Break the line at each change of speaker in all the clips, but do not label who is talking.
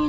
迎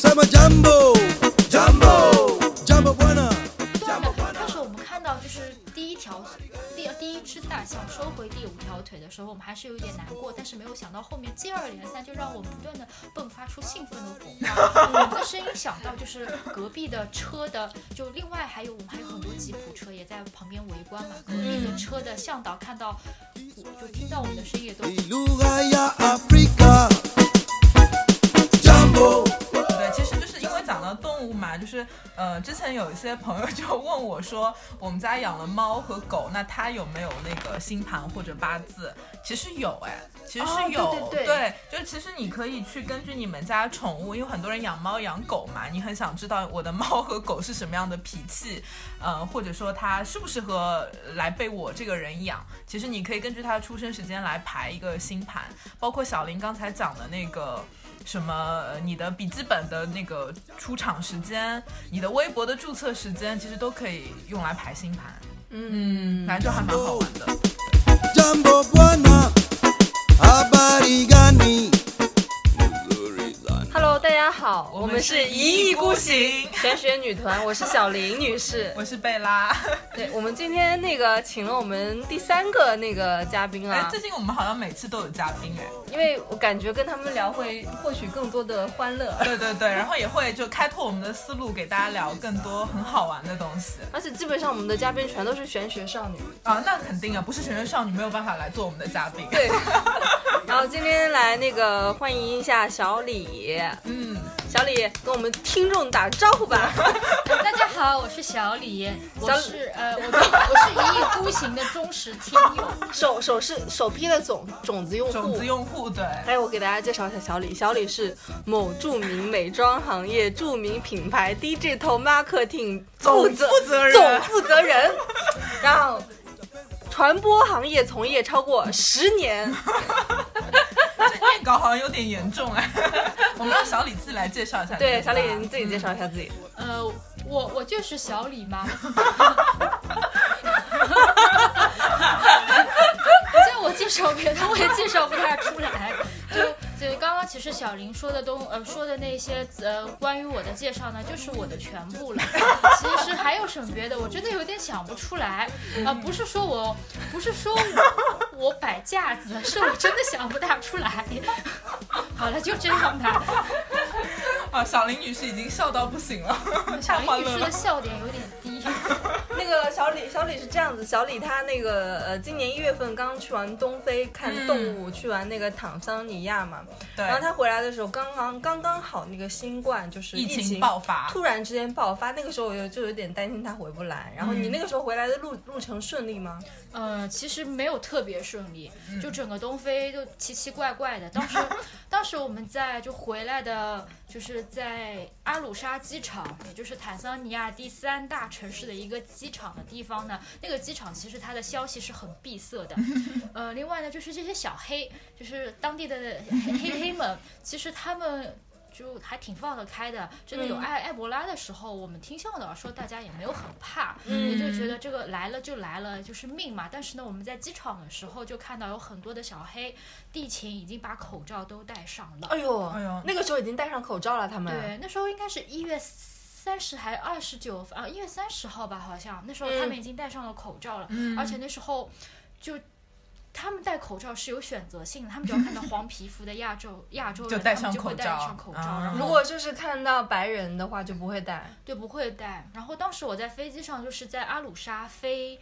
Sama Jumbo, Jumbo, Jumbo Buena,
当时我们看到就是第一条第第一只大象收回第五条腿的时候，我们还是有一点难过，但是没有想到后面接二连三就让我们不断的迸发出兴奋的火花。我们的声音响到就是隔壁的车的，就另外还有我们还有很多吉普车也在旁边围观嘛，隔壁的车的向导看到我就听到我们的声音也都
Ilugaya Africa, Jumbo,
对，其实就是因为讲到动物嘛，就是呃，之前有一些朋友 就问我说，我们家养了猫和狗，那它有没有那个星盘或者八字？其实有哎，其实
哦
是有，
对对对
就是其实你可以去根据你们家宠物，因为很多人养猫养狗嘛，你很想知道我的猫和狗是什么样的脾气，呃，或者说它适不适合来被我这个人养。其实你可以根据它的出生时间来排一个星盘，包括小林刚才讲的那个。什么？呃你的笔记本的那个出厂时间，你的微博的注册时间，其实都可以用来排星盘。嗯，反正就还蛮好玩的。
Jumbo Buena, Habari Gani, Missouri Zan.
Hello，大家好，
哦
我们是一意孤行
行。
玄学女团，我是小林女士。
我是贝拉。
对，我们今天那个请了我们第三个那个嘉宾
哎，
啊
最，近我们好像每次都有嘉宾哎。
因为我感觉跟他们聊会获取更多的欢乐，
对对对，然后也会就开拓我们的思路，给大家聊更多很好玩的东西
而且基本上我们的嘉宾全都是玄学少女。
啊。那肯定啊，不是学生少女没有办法来做我们的嘉宾。
对，然后今天来那个欢迎一下小李，
嗯，
小李跟我们听众打个招呼 吧。
大家好，我是小李，我
小李
是呃，我我是一意孤行的忠实听友。
首首是首批的种种子用户，
种子用户对。
哎，我给大家介绍一下小李。小李是某著名美妆行业著名品牌 Digital Marketing
总
责
负责人
总负责 人，然后传播行业从业超过十 年。
这念稿好像有点严重哎， 我们让小李自己来介绍一下。
对，小李你自己介绍一下自己。
呃，我我就是小 李嘛。这我介绍别的我也介绍不太出来，就就刚刚其实小林说的东呃说的那些呃关于我的介绍呢，就是我的全部 了。其实还有什么别的，我真的有点想不出来啊、不是说我不是说我我摆架子，是我真的想不大出来。 好了，就这样吧。
啊，小林女士已经笑到不行了，
小
太欢
林
乐
女士
了
的。笑点有点低。
那个小李，小李是这样子，小李他那个呃，今年一月份刚去完东非看
嗯
动物，去完那个坦桑尼亚嘛，
对
然，后他回来的时候刚刚刚刚好那个新冠就是
疫
情
情爆发，
突然之间爆发，那个时候我就就有点担心他回不来。然后
嗯
你那个时候回来的路路程顺利吗？
呃，其实没有特别顺利，就整个东非都奇奇怪怪的。当时，当时我们在就回来的，就是在阿鲁沙机场，也就是坦桑尼亚第三大城市的一个机场的地方呢。那个机场其实它的消息是很闭塞的。呃，另外呢，就是这些小黑，就是当地的黑黑黑们，其实他们。就还挺放得开的，真的有埃埃博拉的时候，我们听向导说大家也没有很怕，也就觉得这个来了就来了，就是命嘛。但是呢，我们在机场的时候就看到有很多的小黑地勤已经把口罩都戴上了。
哎呦，
哎呦
那个时候已经戴上口罩了，他们。
对，那时候应该是一月三十还二十九啊，一月三十号吧，好像那时候
嗯
他们已经戴上了口罩了，
嗯
而且那时候就。他们戴口罩是有选择性的，他们只要看到黄皮肤的亚洲亚洲
就
人，
戴
他
上
们就会
口
戴
罩
上口罩。
啊
然后
如果就是看到白人的话，就不会戴。
对，不会带。然后当时我在飞机上，就是在阿鲁沙飞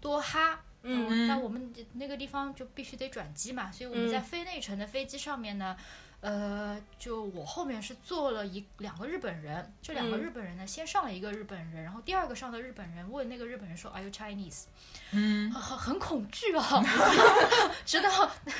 多哈。
嗯
嗯，那我们那个地方就必须得转机嘛，所以我们在飞内城的飞机上面呢，呃，就我后面是做了一两个日本人，这两个
嗯
日本人呢，先上了一个日本人，然后第二个上的日本人问那个日本人说 “Are you Chinese？”
嗯，
很很恐惧啊，直到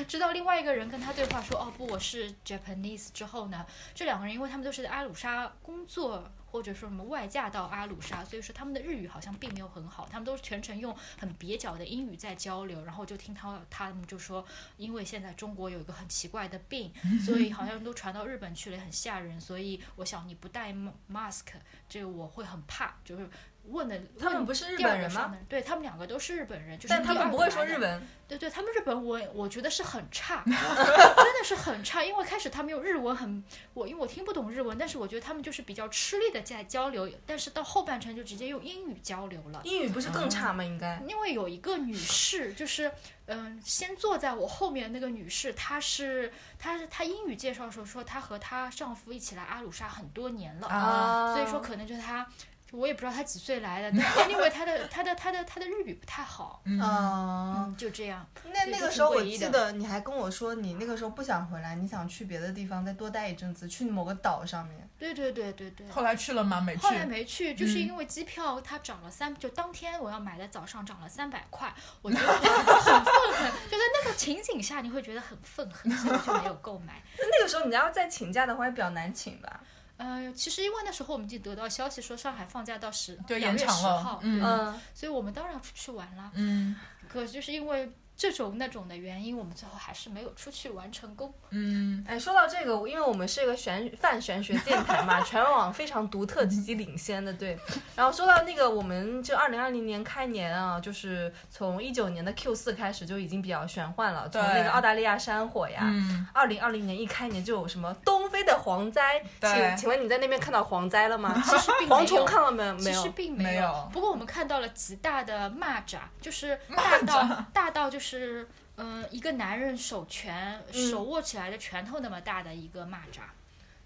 直到另外一个人跟他对话说哦不，我是 Japanese 之后呢，这两个人因为他们都是在阿鲁沙工作。或者说什么外嫁到阿鲁沙，所以说他们的日语好像并没有很好，他们都是全程用很蹩脚的英语在交流。然后我就听他他们就说，因为现在中国有一个很奇怪的病，所以好像都传到日本去了，很吓人。所以我想你不戴 mask，这个我会很怕。就是问的
他们
问
不是日
第二
本
个
人
上
吗
的？人？对他们两个都是日本人，就是
但他
第二
们不
个
会
来
说
的
日。文，
对对，他们日本文我觉得是很差， 真的是很差，因为开始他们用日文很我因为我听不懂日文，但是我觉得他们就是比较吃力的在交流，但是到后半程就直接用英语交流了。
英语不是更差吗？应该
因为有一个女士，就是嗯、先坐在我后面那个女士，她是她是她英语介绍的时候说，她和她丈夫一起来阿鲁沙很多年了，
啊，
所以说可能就是她，我也不知道她几岁来的，但是因为她的她的她的她的日语不太好，
啊。
嗯，就这样。
那
对
那
就
个
挺
时候
诡
我
异
记
的
得你还跟我说，你那个时候不想回来，你想去别的地方再多待一阵子，去某个岛上面。
对对对对对。
后来去了吗？没去
呃后。来没去，就是
嗯
因为机票它涨了三，就当天我要买的早上涨了三百块，我觉 得很愤恨，就在那个情景下你会觉得很愤恨，所以我就没有购买。
那个时候你要再请假的话，也比较难请吧？
呃，其实因为那时候我们已经得到消息说上海放假到十，
对
2月
延长
10
了
号，
嗯
对
嗯，
所以我们当然要出去玩啦。
嗯
可就是因为这种那种的原因，我们最后还是没有出去玩成 功。
嗯，
哎，说到这个，因为我们是一个玄泛玄学电 台嘛，全网非常独特、积极领先的，对。然后说到那个，我们这二零二零年开年啊，就是从一九年的 Q 四开始就已经比较玄幻了，从那
对
个澳大利亚山火呀。
嗯，
二零二零年一开年就有什么东非的蝗灾，
对
请请问你在那边看到蝗灾了 吗？
其实并没有
蝗虫看了没有？没
其实
有。
并
没
有，
有
不过我们看到了极大的蚂蚱，就是大到 大到就是，嗯、一个男人手拳、手握起来的拳头那么大的一个蚂蚱，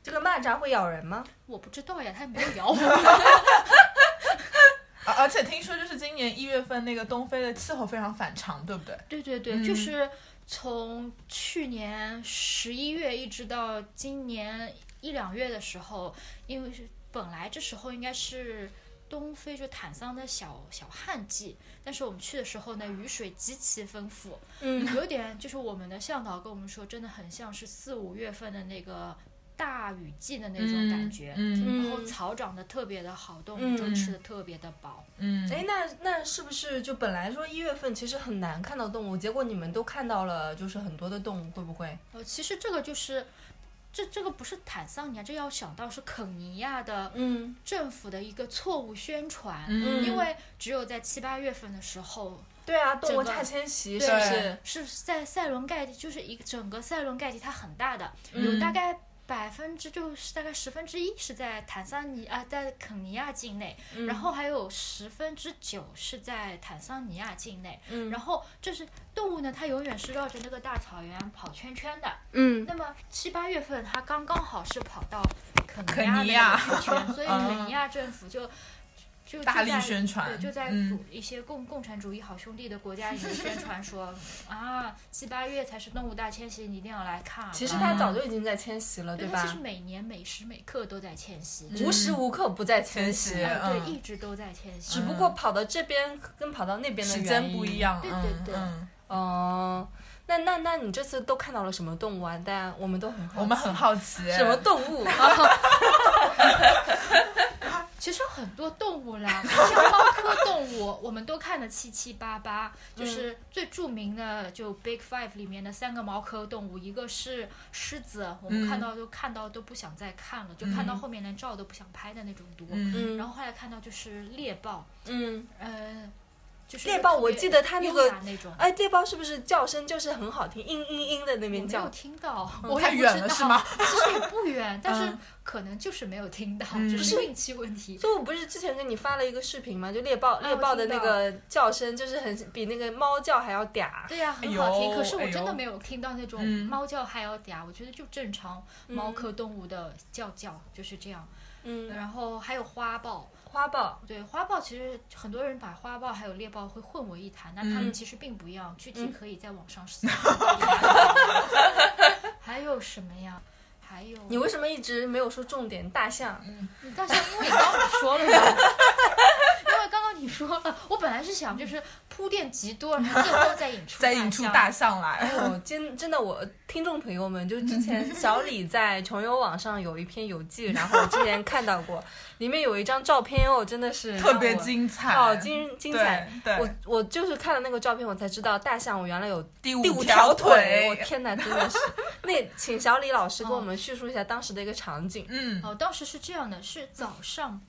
这个蚂蚱会咬人吗？
我不知道呀，他没有咬我。
而而且听说就是今年一月份那个东非的气候非常反常，对不对？
对对对，就是从去年十一月一直到今年一两月的时候，因为是本来这时候应该是。东非就坦桑的小小旱季，但是我们去的时候呢，雨水极其丰富，
嗯，
有点就是我们的向导跟我们说，真的很像是四五月份的那个大雨季的那种感觉。
嗯
然后草长得特别的好，动物就
嗯
吃的特别的饱。
嗯，
哎，那那是不是就本来说一月份其实很难看到动物，结果你们都看到了，就是很多的动物，会不会？
呃，其实这个就是，这这个不是坦桑尼亚，这要想到是肯尼亚的
嗯，
政府的一个错误宣传，
嗯
因为只有在七八月份的时候，
对啊，动物
整个
大迁徙
对
是不是？
是在塞伦盖蒂，就是一个整个塞伦盖蒂它很大的，
嗯
有大概百分之就是大概十分之一是在坦桑尼啊，在肯尼亚境内，
嗯
然后还有十分之九是在坦桑尼亚境内。
嗯
然后这是动物呢，它永远是绕着那个大草原跑圈圈的。
嗯，
那么七八月份，它刚刚好是跑到肯
肯尼
尼
亚
亚的那个圈圈，所以
嗯
肯尼亚政府就。就
大力
就在
宣传
对，就在
嗯
鼓一些共共产主义好兄弟的国家里面宣传说，啊，七八月才是动物大迁徙，你一定要来看啊。
其实
巴拉
它早就已经在迁徙了，
对，它
吧
其实？每年每时每刻都在迁徙，
无时无刻不在迁徙，
迁
哎
徙嗯
对，一直都在迁徙
只。不过跑到这边跟跑到那边的
时
原
间
因
不一。样，
对
嗯
对对
嗯，
哦，那那那你这次都看到了什么动物啊？但我们都很好奇，
我们很好奇，
什么动物？
其实很多动物啦， 像猫科动物，我们都看得七七八八。就是最著名的，就 Big Five 里面的三个猫科动物，一个是狮子，我们看
嗯
到都看到都不想再看了，就看到后面连照都不想拍的那种多。
嗯
嗯，
然后后来看到就是猎豹，
嗯，
呃，就是
猎豹
特别
我记得它那个
优雅那种。
哎，猎豹是不是叫声就是很好听，嘤嘤嘤的那
我
边
没有
叫？
听 到，我也
太
不
远
知
了
道
是吗？
其实也不远，但是
嗯
可能就是没有听到，
嗯
只
不
是运气问题。
所以我不是之前跟你发了一个视频吗？就猎豹，
啊我
猎豹的
听
那
到
个叫声就是很比那个猫叫还要嗲。
对呀、
哎
很好听。
呦
可是我
哎
真
呦
的没有听到那种
嗯
猫叫还要嗲，我觉得就正常猫科动物的叫叫就是这样。
嗯，
然后还有花豹，
花豹，
对花豹其实很多人把花豹还有猎豹会混为一谈，那它
嗯
们其实并不 一样，具体可以在网上搜。还有什么呀？还有
你为什么一直没有说重点？大象，
你大象，因为你刚刚你说了嘛，因为刚刚你说了，我本来是想就是铺垫极多，然后最后再引出
再引出
象
大象来。
我哦真真的我听众朋友们，就之前小李在穷游网上有一篇游记，然后我之前看到过，里面有一张照片哦，真的是
特别
让我
精彩，
哦，精精彩。
对，对
我我就是看了那个照片，我才知道大象我原来有
第
第
五
五条
腿，
我天哪，真的 是！那请小李老师给我们叙述一下当时的一个场景。
嗯，
哦，当时是这样的，是早上，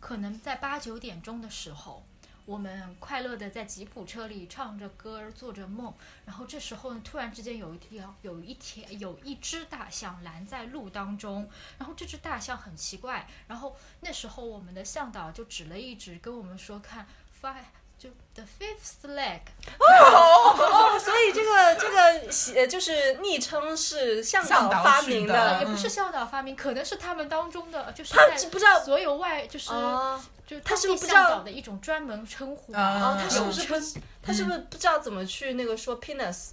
可能在八九点钟的时候，我们快乐的在吉普车里唱着歌儿，做着梦，然后这时候呢，突然之间有一条，有一条，有一只大象拦在路当中，然后这只大象很奇怪，然后那时候我们的向导就指了一指，跟我们说看 five。就 the fifth leg，
哦，所以这 个这个喜呃就是昵称是向
向导
导发
取
明
的
也
的。
不是向导发明，可能是他们当中的，就是
嗯他
在
知不知道
所有外就是
哦，
就是
他是不是不知
向
道
导的一种专门称呼
啊
嘛，
哦，他是不
有
是
称
不嗯哦他是不是不知道怎么去那个说 penis？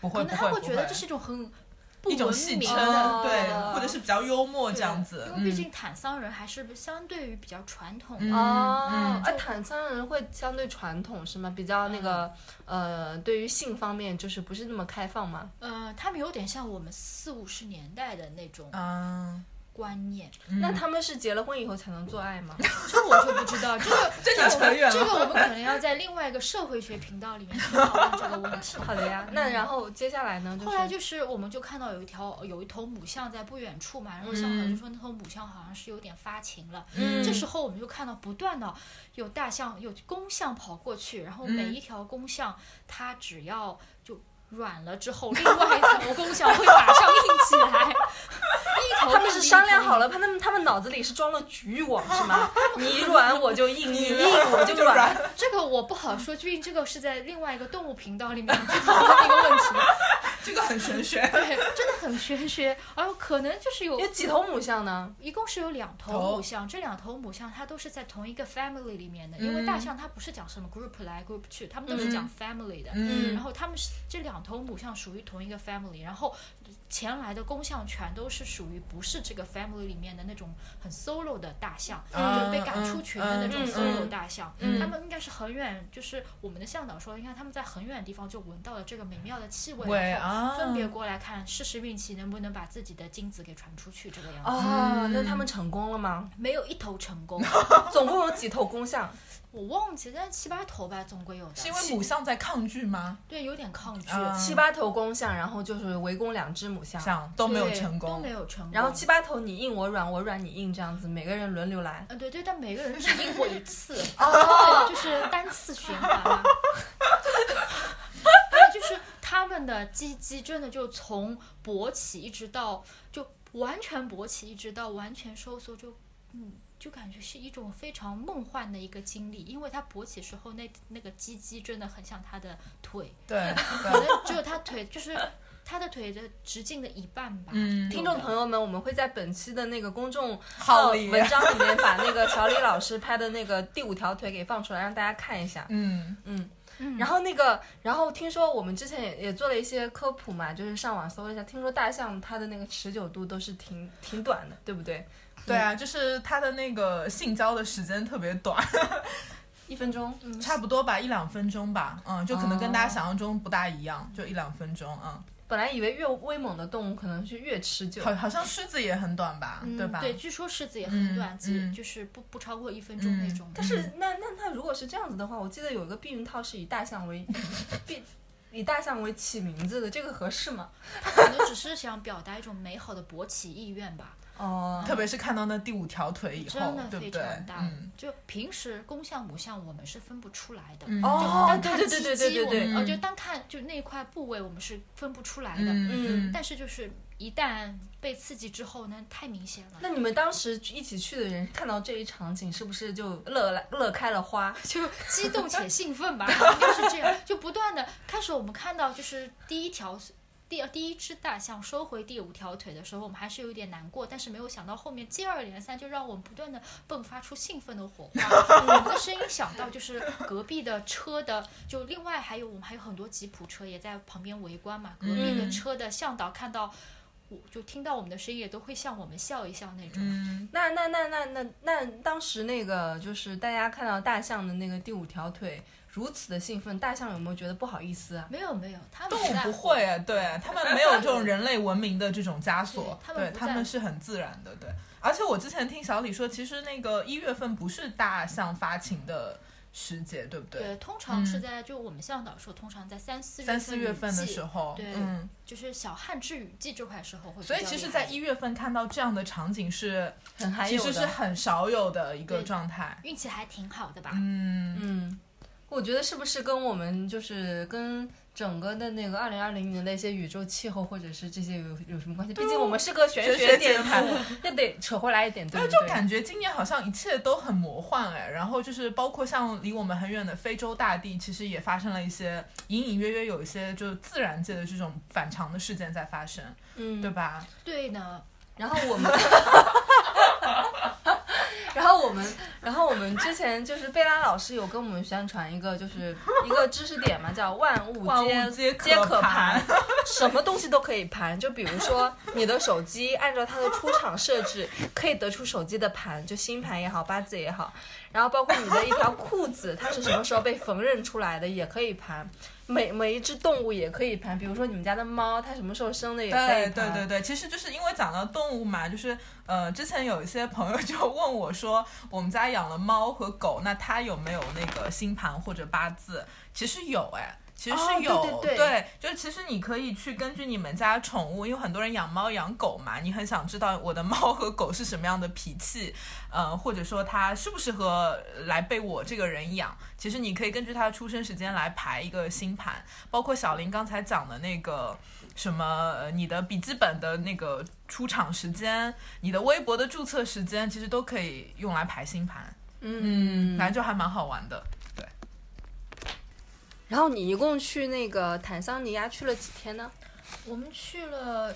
不会
可
不
能他
会，
会
不
觉得这是一种很不
一种
文
戏
明
称，
哦
的
对，
哦
或者是比较幽默这样子，
因为
嗯，
毕竟坦桑人还是相对于比较传统
嗯
的，
哦，
嗯
哎，坦桑人会相对传统是吗？比较那个
嗯
呃，对于性方面就是不是那么开放吗？
呃，他们有点像我们四五十年代的那种
啊，
观念，
嗯
那他们是结了婚以后才能做爱 吗？
这我就不知道，这个
这
这
就
个我
扯远
们
了
这个我们可能要在另外一个社会学频道里面去讨论这个问题。
好的呀，那然后接下来呢？就是
后来就是我们就看到有一条有一头母象在不远处嘛，然后向导就说那头母象好像是有点发情了。
嗯
这时候我们就看到不断的有大象、有公象跑过去，然后
嗯
每一条公象它只要就软了之后，另外一头公象会马上硬起来。 一头
他们是商量好
了，
了，他们他们脑子里是装了局域网 是吗？你软我就硬，你硬我就
就 软
软。
这个我不好说，毕竟这个是在另外一个动物频道里面去讨论这个问题。
这个很玄 学，
对，真的很玄学，而可能就是有
有几头母象呢？
一共是有两头
头
母象，这两头母象它都是在同一个 family 里面的，因
嗯
为大象它不是讲什么 group 来 group 去，它们都是讲 family 的。
嗯
然后它们是这两头母象属于同一个 family，然后前来的公象全都是属于不是这个 family 里面的那种很 solo 的大象，
嗯
就是被赶出群的那种
啊嗯嗯
solo 大象。
嗯
他们应该是很远，就是我们的向导说，应该他们在很远的地方就闻到了这个美妙的气味，
喂
然后
啊，
分别过来看试试运气能不能把自己的精子给传出去，这个样子。
嗯
哦，那他们成功了吗？
没有一头成 功，
总共有几头公象？
我忘记，但七八头吧，总归有的。
是因为母象在抗拒吗？
对有点抗拒，
啊
七八头公象，然后就是围攻两只母象。
像都没有
对
成
都
功
没，有成功。
然后七八头你硬我软，我软你硬，这样子每个人轮流来。
嗯对对，但每个人只赢过 一次，
哦，
对，就是单次循环嘛。对就是他们的鸡鸡真的就从勃起一直到就完全勃起，一直到完全收缩，就嗯，就感觉是一种非常梦幻的一个经历，因为它勃起时候那那个鸡鸡真的很像它的腿，
对，
可能只有他腿，就是他的腿的直径的一半吧。
嗯
听众朋友们，我们会在本期的那个公众
好
号
理
文章里面把那个小李老师拍的那个第五条腿给放出来，让大家看一下。
嗯，
嗯，
嗯
然后那个，然后听说我们之前也也做了一些科普嘛，就是上网搜了一下，听说大象它的那个持久度都是挺挺短的，对不对？
对啊，就是它的那个性交的时间特别短，
一分钟。
差不多吧，一两分钟吧，嗯，就可能跟大家想象中不大一
啊
样，就一两分钟，嗯，
本来以为越威猛的动物可能是越持久，
好，好像狮子也很短吧，
嗯，
对吧？
对，据说狮子也很短，
嗯
只、
嗯
就是不不超过一分钟
嗯
那种。
但是那那它如果是这样子的话，我记得有一个避孕套是以大象为避以大象为起名字的，这个合适吗？
他可能只是想表达一种美好的勃起意愿吧，
哦、
特别是看到那第五条腿以
真
后
的，
对不
非
对
常？大。
嗯，
就平时公象母象我们是分不出来的。
嗯
哦
单，
对
看
对
鸡
对
鸡
对对对对，
我们呃，就单看就那一块部位，我们是分不出来的。
嗯
但是就是一旦被刺激之后呢，太明显了。
那你们当时一起去的人看到这一场景，是不是就乐来乐开了花？
就激动且兴奋吧， 应该是这样，就不断的开始我们看到就是第一条。第第一只大象收回第五条腿的时候，我们还是有点难过，但是没有想到后面接二连三就让我们不断的迸发出兴奋的火花。我们的声音响到就是隔壁的车的，就另外还有我们还有很多吉普车也在旁边围观嘛，隔壁的车的向导看到。就听到我们的声音也都会向我们笑一笑那种。
嗯，
那那那那那那当时那个就是大家看到大象的那个第五条腿如此的兴奋，大象有没有觉得不好意思啊？
没有没有，他们
动物
在
不
乎
会，对他们没有这种人类文明的这种枷锁
对，他们
对
不
他
在
们
乎
是很自然的，对。而且我之前听小李说，其实那个一月份不是大象发情的时节，对不对？
对，通常是
嗯
在、就我们向导说，通常在三四
三四月份的
雨季
时，候，
对
嗯，
就是小旱至雨季这块时候会比较
所
厉害。
以其实，在一月份看到这样的场景是，
很还
其
有
实是
的，
很少有的一个
对
状态。
运气还挺好的吧？
嗯，
嗯，我觉得是不是跟我们就是跟整个的那个二零二零年的一些宇宙气候或者是这些有有什么关系？毕竟我们是个玄
哦玄学
学
节
电台
目，
这得扯回来一点，对
对，
不
就
对？
感觉今年好像一切都很魔幻哎，然后就是包括像离我们很远的非洲大地，其实也发生了一些隐隐约约有一些就是自然界的这种反常的事件在发生，
嗯，
对吧？
对呢，
然后我们， 然后我们，然后我们之前就是贝拉老师有跟我们宣传一个，就是一个知识点嘛，叫万物
万
皆
物皆
皆
可
可
盘
盘，什么东西都可以盘。就比如说你的手机，按照它的出厂设置，可以得出手机的盘，就星盘也好，八字也好。然后包括你的一条裤子，它是什么时候被缝纫出来的，也可以盘。每每一只动物也可以盘，比如说你们家的猫，它什么时候生的也可以
对
盘。
对对对，其实就是因为讲到动物嘛，就是呃，之前有一些朋友就问我说，我们家养了猫和狗，那它有没有那个星盘或者八字？其实有哎。其实
哦
是
对
有，
对对
就是其实你可以去根据你们家宠物，因为很多人养猫养狗嘛，你很想知道我的猫 和狗是什么样的脾气，呃，或者说它适不适合来被我这个人养。其实你可以根据它的出生时间来排一个星盘，包括小林刚才讲的那个，什么呃你的笔记本的那个出厂时间，你的微博的注册时间，其实都可以用来排星盘。
嗯
反正就还蛮好玩的。
然后你一共去那个坦桑尼亚去了几天呢？
我们去了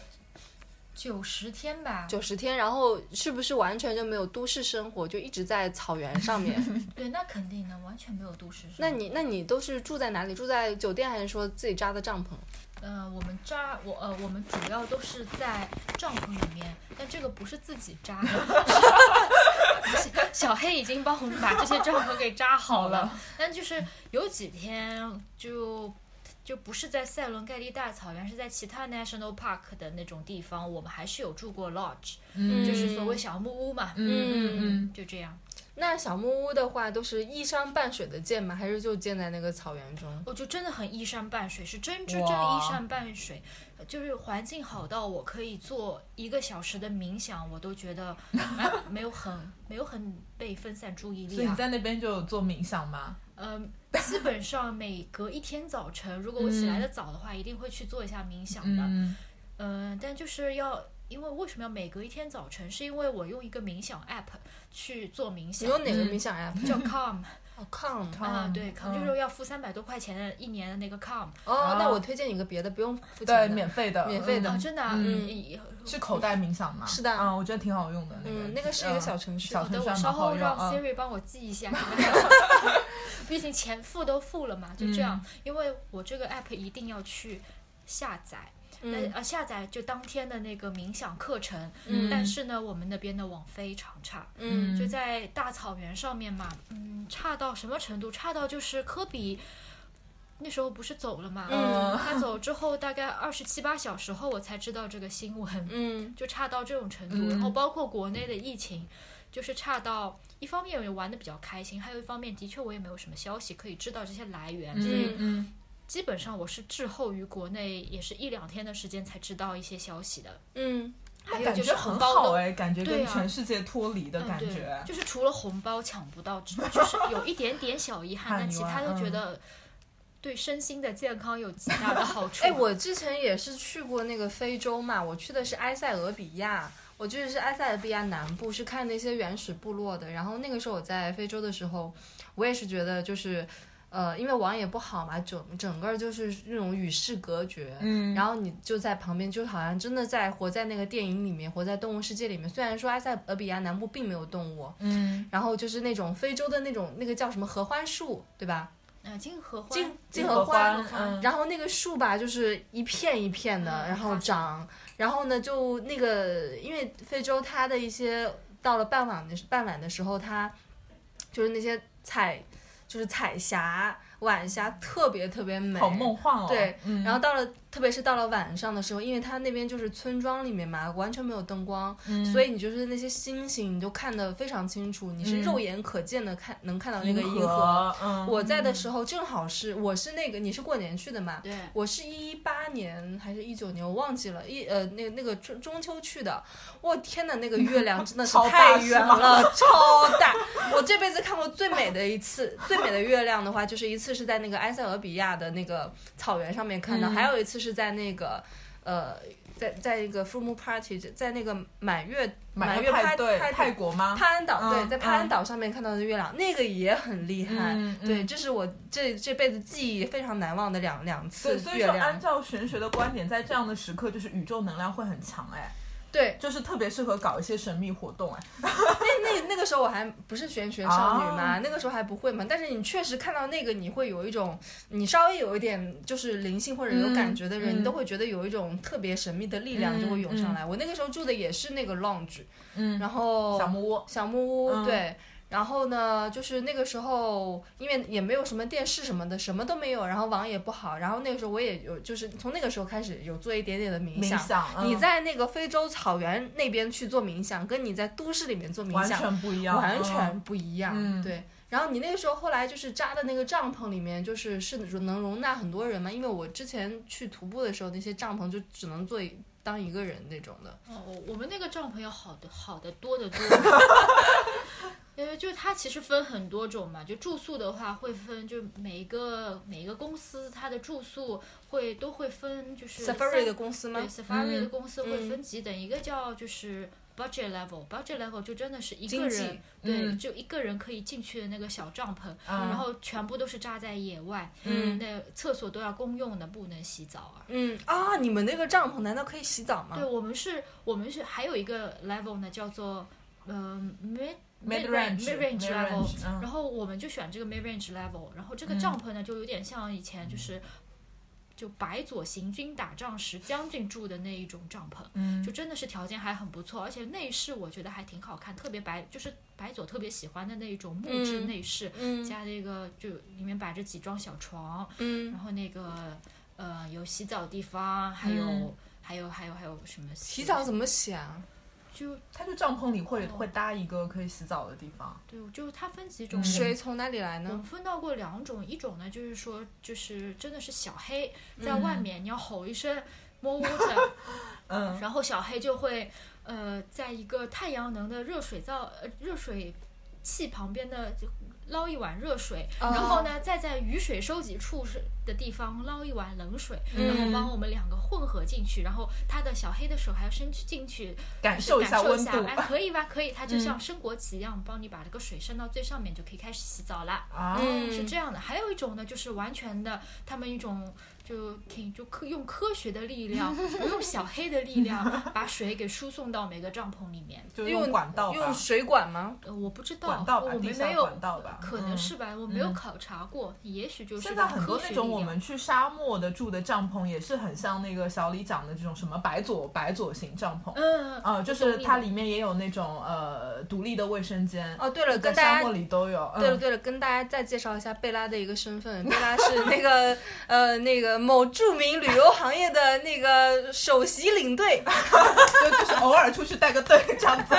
九十天吧，
九十天，然后是不是完全就没有都市生活，就一直在草原上 面？
对，那肯定的，完全没有都市生活。
那你那你都是住在哪里？住在酒店还是说自己扎的帐篷？
呃，我们扎我呃，我们主要都是在帐篷里面，但这个不是自己扎的 是，小黑已经帮我们把这些帐篷给扎好了。但就是有几天就就不是在塞伦盖蒂大草原，是在其他 national park 的那种地方，我们还是有住过 lodge，、
嗯
就是所谓小木屋嘛。
嗯嗯
就这样。
那小木屋的话，都是依山傍水的建吗？还是就建在那个草原中？
我就真的很依山傍水，是真真正
哇
依山傍水，呃就是环境好到我可以做一个小时的冥想，我都 觉得、哎没有很没有很被分散注意
嗯。所以
力
你
啊。
在那边就有做冥想吗？
嗯、基本上每隔一天早晨，如果我起来的早的话，一定会去做一下冥想的。
嗯
嗯、但就是要。因为为什么要每隔一天早晨？是因为我用一个冥想 app 去做冥
你
想，
用哪个冥想 app？
叫 Calm
哦，Calm。
啊，对
嗯
，Calm 就是要付三百多块钱的一年的那个 Calm，
哦，那我推荐你个别的，不用付
对，
钱的。
免费的，
免费的
啊，
嗯
真的啊，
嗯
以
是口袋冥想吗？
是的
啊，我觉得挺好用的那个。
嗯，那个是一个小程序。
小
啊
程
等
序
我
还
稍
蛮好
后
用
让
啊。
Siri 帮我记一下， 毕竟钱付都付了嘛，就这样。
嗯
因为我这个 app 一定要去下载，那、
嗯
呃下载就当天的那个冥想课程，
嗯
但是呢，我们那边的网非常差。
嗯
就在大草原上面嘛，嗯，差到什么程度？差到就是科比那时候不是走了嘛，
嗯
他走之后大概二十七八小时后，我才知道这个新闻，
嗯
就差到这种程度。
嗯
然后包括国内的疫情，就是差到一方面我玩的比较开心，还有一方面的确我也没有什么消息可以知道这些来源，所以
嗯嗯
基本上我是滞后于国内，也是一两天的时间才知道一些消息的。
嗯，
还
嗯，
有
感
就是
觉
红
很
包
好
都
哎，感觉
对
跟
啊
全世界脱离的感
嗯，
觉。
对，就是除了红包抢不到，只就是有一点点小遗 憾，
看
但
你
其
玩
他都觉
嗯
得对身心的健康有极大的好处。
哎，我之前也是去过那个非洲嘛，我去的是埃塞俄比亚，我去的是埃塞俄比亚南部，是看那些原始部落的。然后那个时候我在非洲的时候，我也是觉得就是，呃，因为网也不好嘛，整整个就是那种与世隔绝。
嗯，
然后你就在旁边，就好像真的在活在那个电影里面，活在动物世界里面。虽然说埃塞俄比亚南部并没有动物，
嗯
然后就是那种非洲的那种那个叫什么合欢树，对吧？
呃，金合欢，
金
金
金
合
合
欢
欢，
嗯
然后那个树吧，就是一片一片的，
嗯
然后
看
长，然后呢，就那个因为非洲它的一些到了傍晚的傍晚的时候，它就是那些彩，就是彩霞、晚霞特别特别美，
好梦幻哦。
对，
嗯、
然后到了，特别是到了晚上的时候，因为它那边就是村庄里面嘛，完全没有灯光，
嗯
所以你就是那些星星，你就看得非常清楚，你是
嗯
肉眼可见的看，能看到那
银
个银河。
河，嗯，
我在的时候正好是，我是那个，你是过年去的嘛？
对，
我是一八年还是一九年，我忘记了，一呃那个那个中中秋去的，我天呐，那个 月亮真的是
超大
太
是
圆
吗
了， 超大！我这辈子看过最美的一次， 最美的月亮的话，就是一次是在那个埃塞俄比亚的那个草原上面看到，
嗯
还有一次是在那个呃。在在一个 full moon party，在那个满月
满
月
派
派
对，
派
泰国吗？
帕安岛、
嗯
对，在帕
嗯
安岛上面看到的月亮，那个也很厉害。
嗯嗯
对，这是我这这辈子记忆非常难忘的两两次
对，所以
月
说按
亮。
照玄学的观点，在这样的时刻，就是宇宙能量会很强，哎，
对，
就是特别适合搞一些神秘活动，哎，
那那个时候我还不是玄学少女嘛，
啊
那个时候还不会嘛。但是你确实看到那个，你会有一种，你稍微有一点就是灵性或者有感觉的人，
嗯嗯
你都会觉得有一种特别神秘的力量就会涌上来。我那个时候住的也是那个 lounge，
嗯，
然后
小木屋，
小木屋、
嗯
对。然后呢，就是那个时候，因为也没有什么电视什么的，什么都没有，然后网也不好，然后那个时候我也有，就是从那个时候开始有做一点点的冥
冥
想。
想，嗯
你在那个非洲草原那边去做冥想，跟你在都市里面做冥
完
想
全不一样，
完
嗯
全不一样。
嗯
对。然后你那个时候后来就是扎的那个帐篷里面，就是是能容纳很多人嘛？因为我之前去徒步的时候，那些帐篷就只能坐一当一个人那种的。
哦，我我们那个帐篷要好的好的多得多。 呃，就它其实分很多种嘛，就住宿的话会分，就每一个每一个公司它的住宿会都会分，就是
Safari 的
公
公司
司
吗
对？，Safari 的
嗯
公司会分级等，一个叫就是。budget level，budget level 就真的是一个
经济
人，对，
嗯
就一个人可以进去的那个小帐篷，
嗯
然后全部都是扎在野外，
啊嗯
那厕所都要公用的，不能洗澡啊。
嗯啊，你们那个帐篷难道可以洗澡
啊
吗？
对，我们是，我们是还有一个 level 呢，叫做呃 mid
mid range
mid range
mid
level，
range，嗯
然后我们就选这个 mid range level，然后这个
嗯
帐篷呢，就有点像以前就是。就白左行军打仗时将军住的那一种帐篷，
嗯
就真的是条件还很不错，而且内饰我觉得还挺好看，特别白，就是白左特别喜欢的那一种木质
嗯
内饰，
嗯
加那个就里面摆着几张小床，然
嗯，
后那个呃有洗澡地方，还有、
嗯
还有还有还有什么
洗澡怎么洗啊？
就
它就帐篷里会
哦
会搭一个可以洗澡的地方，
对，就是它分几种
嗯
水从哪里来
我
呢
们？分到过两种，一种呢就是说，就是真的是小黑在外面，你要吼一声“摸乌子
嗯”，
然后小黑就会，呃，在一个太阳能的热水灶、呃、热水器旁边的就捞一碗热水，
哦
然后呢，再在雨水收集处是的地方捞一碗冷水，然后
嗯
帮我们两个混合进去，然后他的小黑的手还要伸去进去，
感受一
感受
温
一下，
度嗯
哎，可以吧？可以，它就像升国旗一样，帮你把这个水升到最上面，就可以开始洗澡啦。
啊，
嗯
是这样的，还有一种呢，就是完全的，他们一种就挺就科用科学的力量，不用小黑的 力量，把水给输送到每个帐篷里面。
就
用
管道吧
用，水管吗？
呃，我不知道，
管道吧，
我
地
们没
下
有，
管道吧，
可能
嗯
是吧，我没有考察过，也许就是
现在
用
很多
科
那
学
种
力
我
量
们去沙漠的住的帐篷，也是很像那个小李讲的这种什么白左白左型帐篷，
嗯，
啊，就
懂
是
你
它
的
里面也有那种呃独立的卫生间，
哦，对了，
在
跟大
沙
家
漠里都有。
对了
嗯，
对了，跟大家再介绍一下贝拉的一个身份。贝拉是那个 呃那个某著名旅游行业的那个首席领队。
就就是偶尔出去带个队这样子。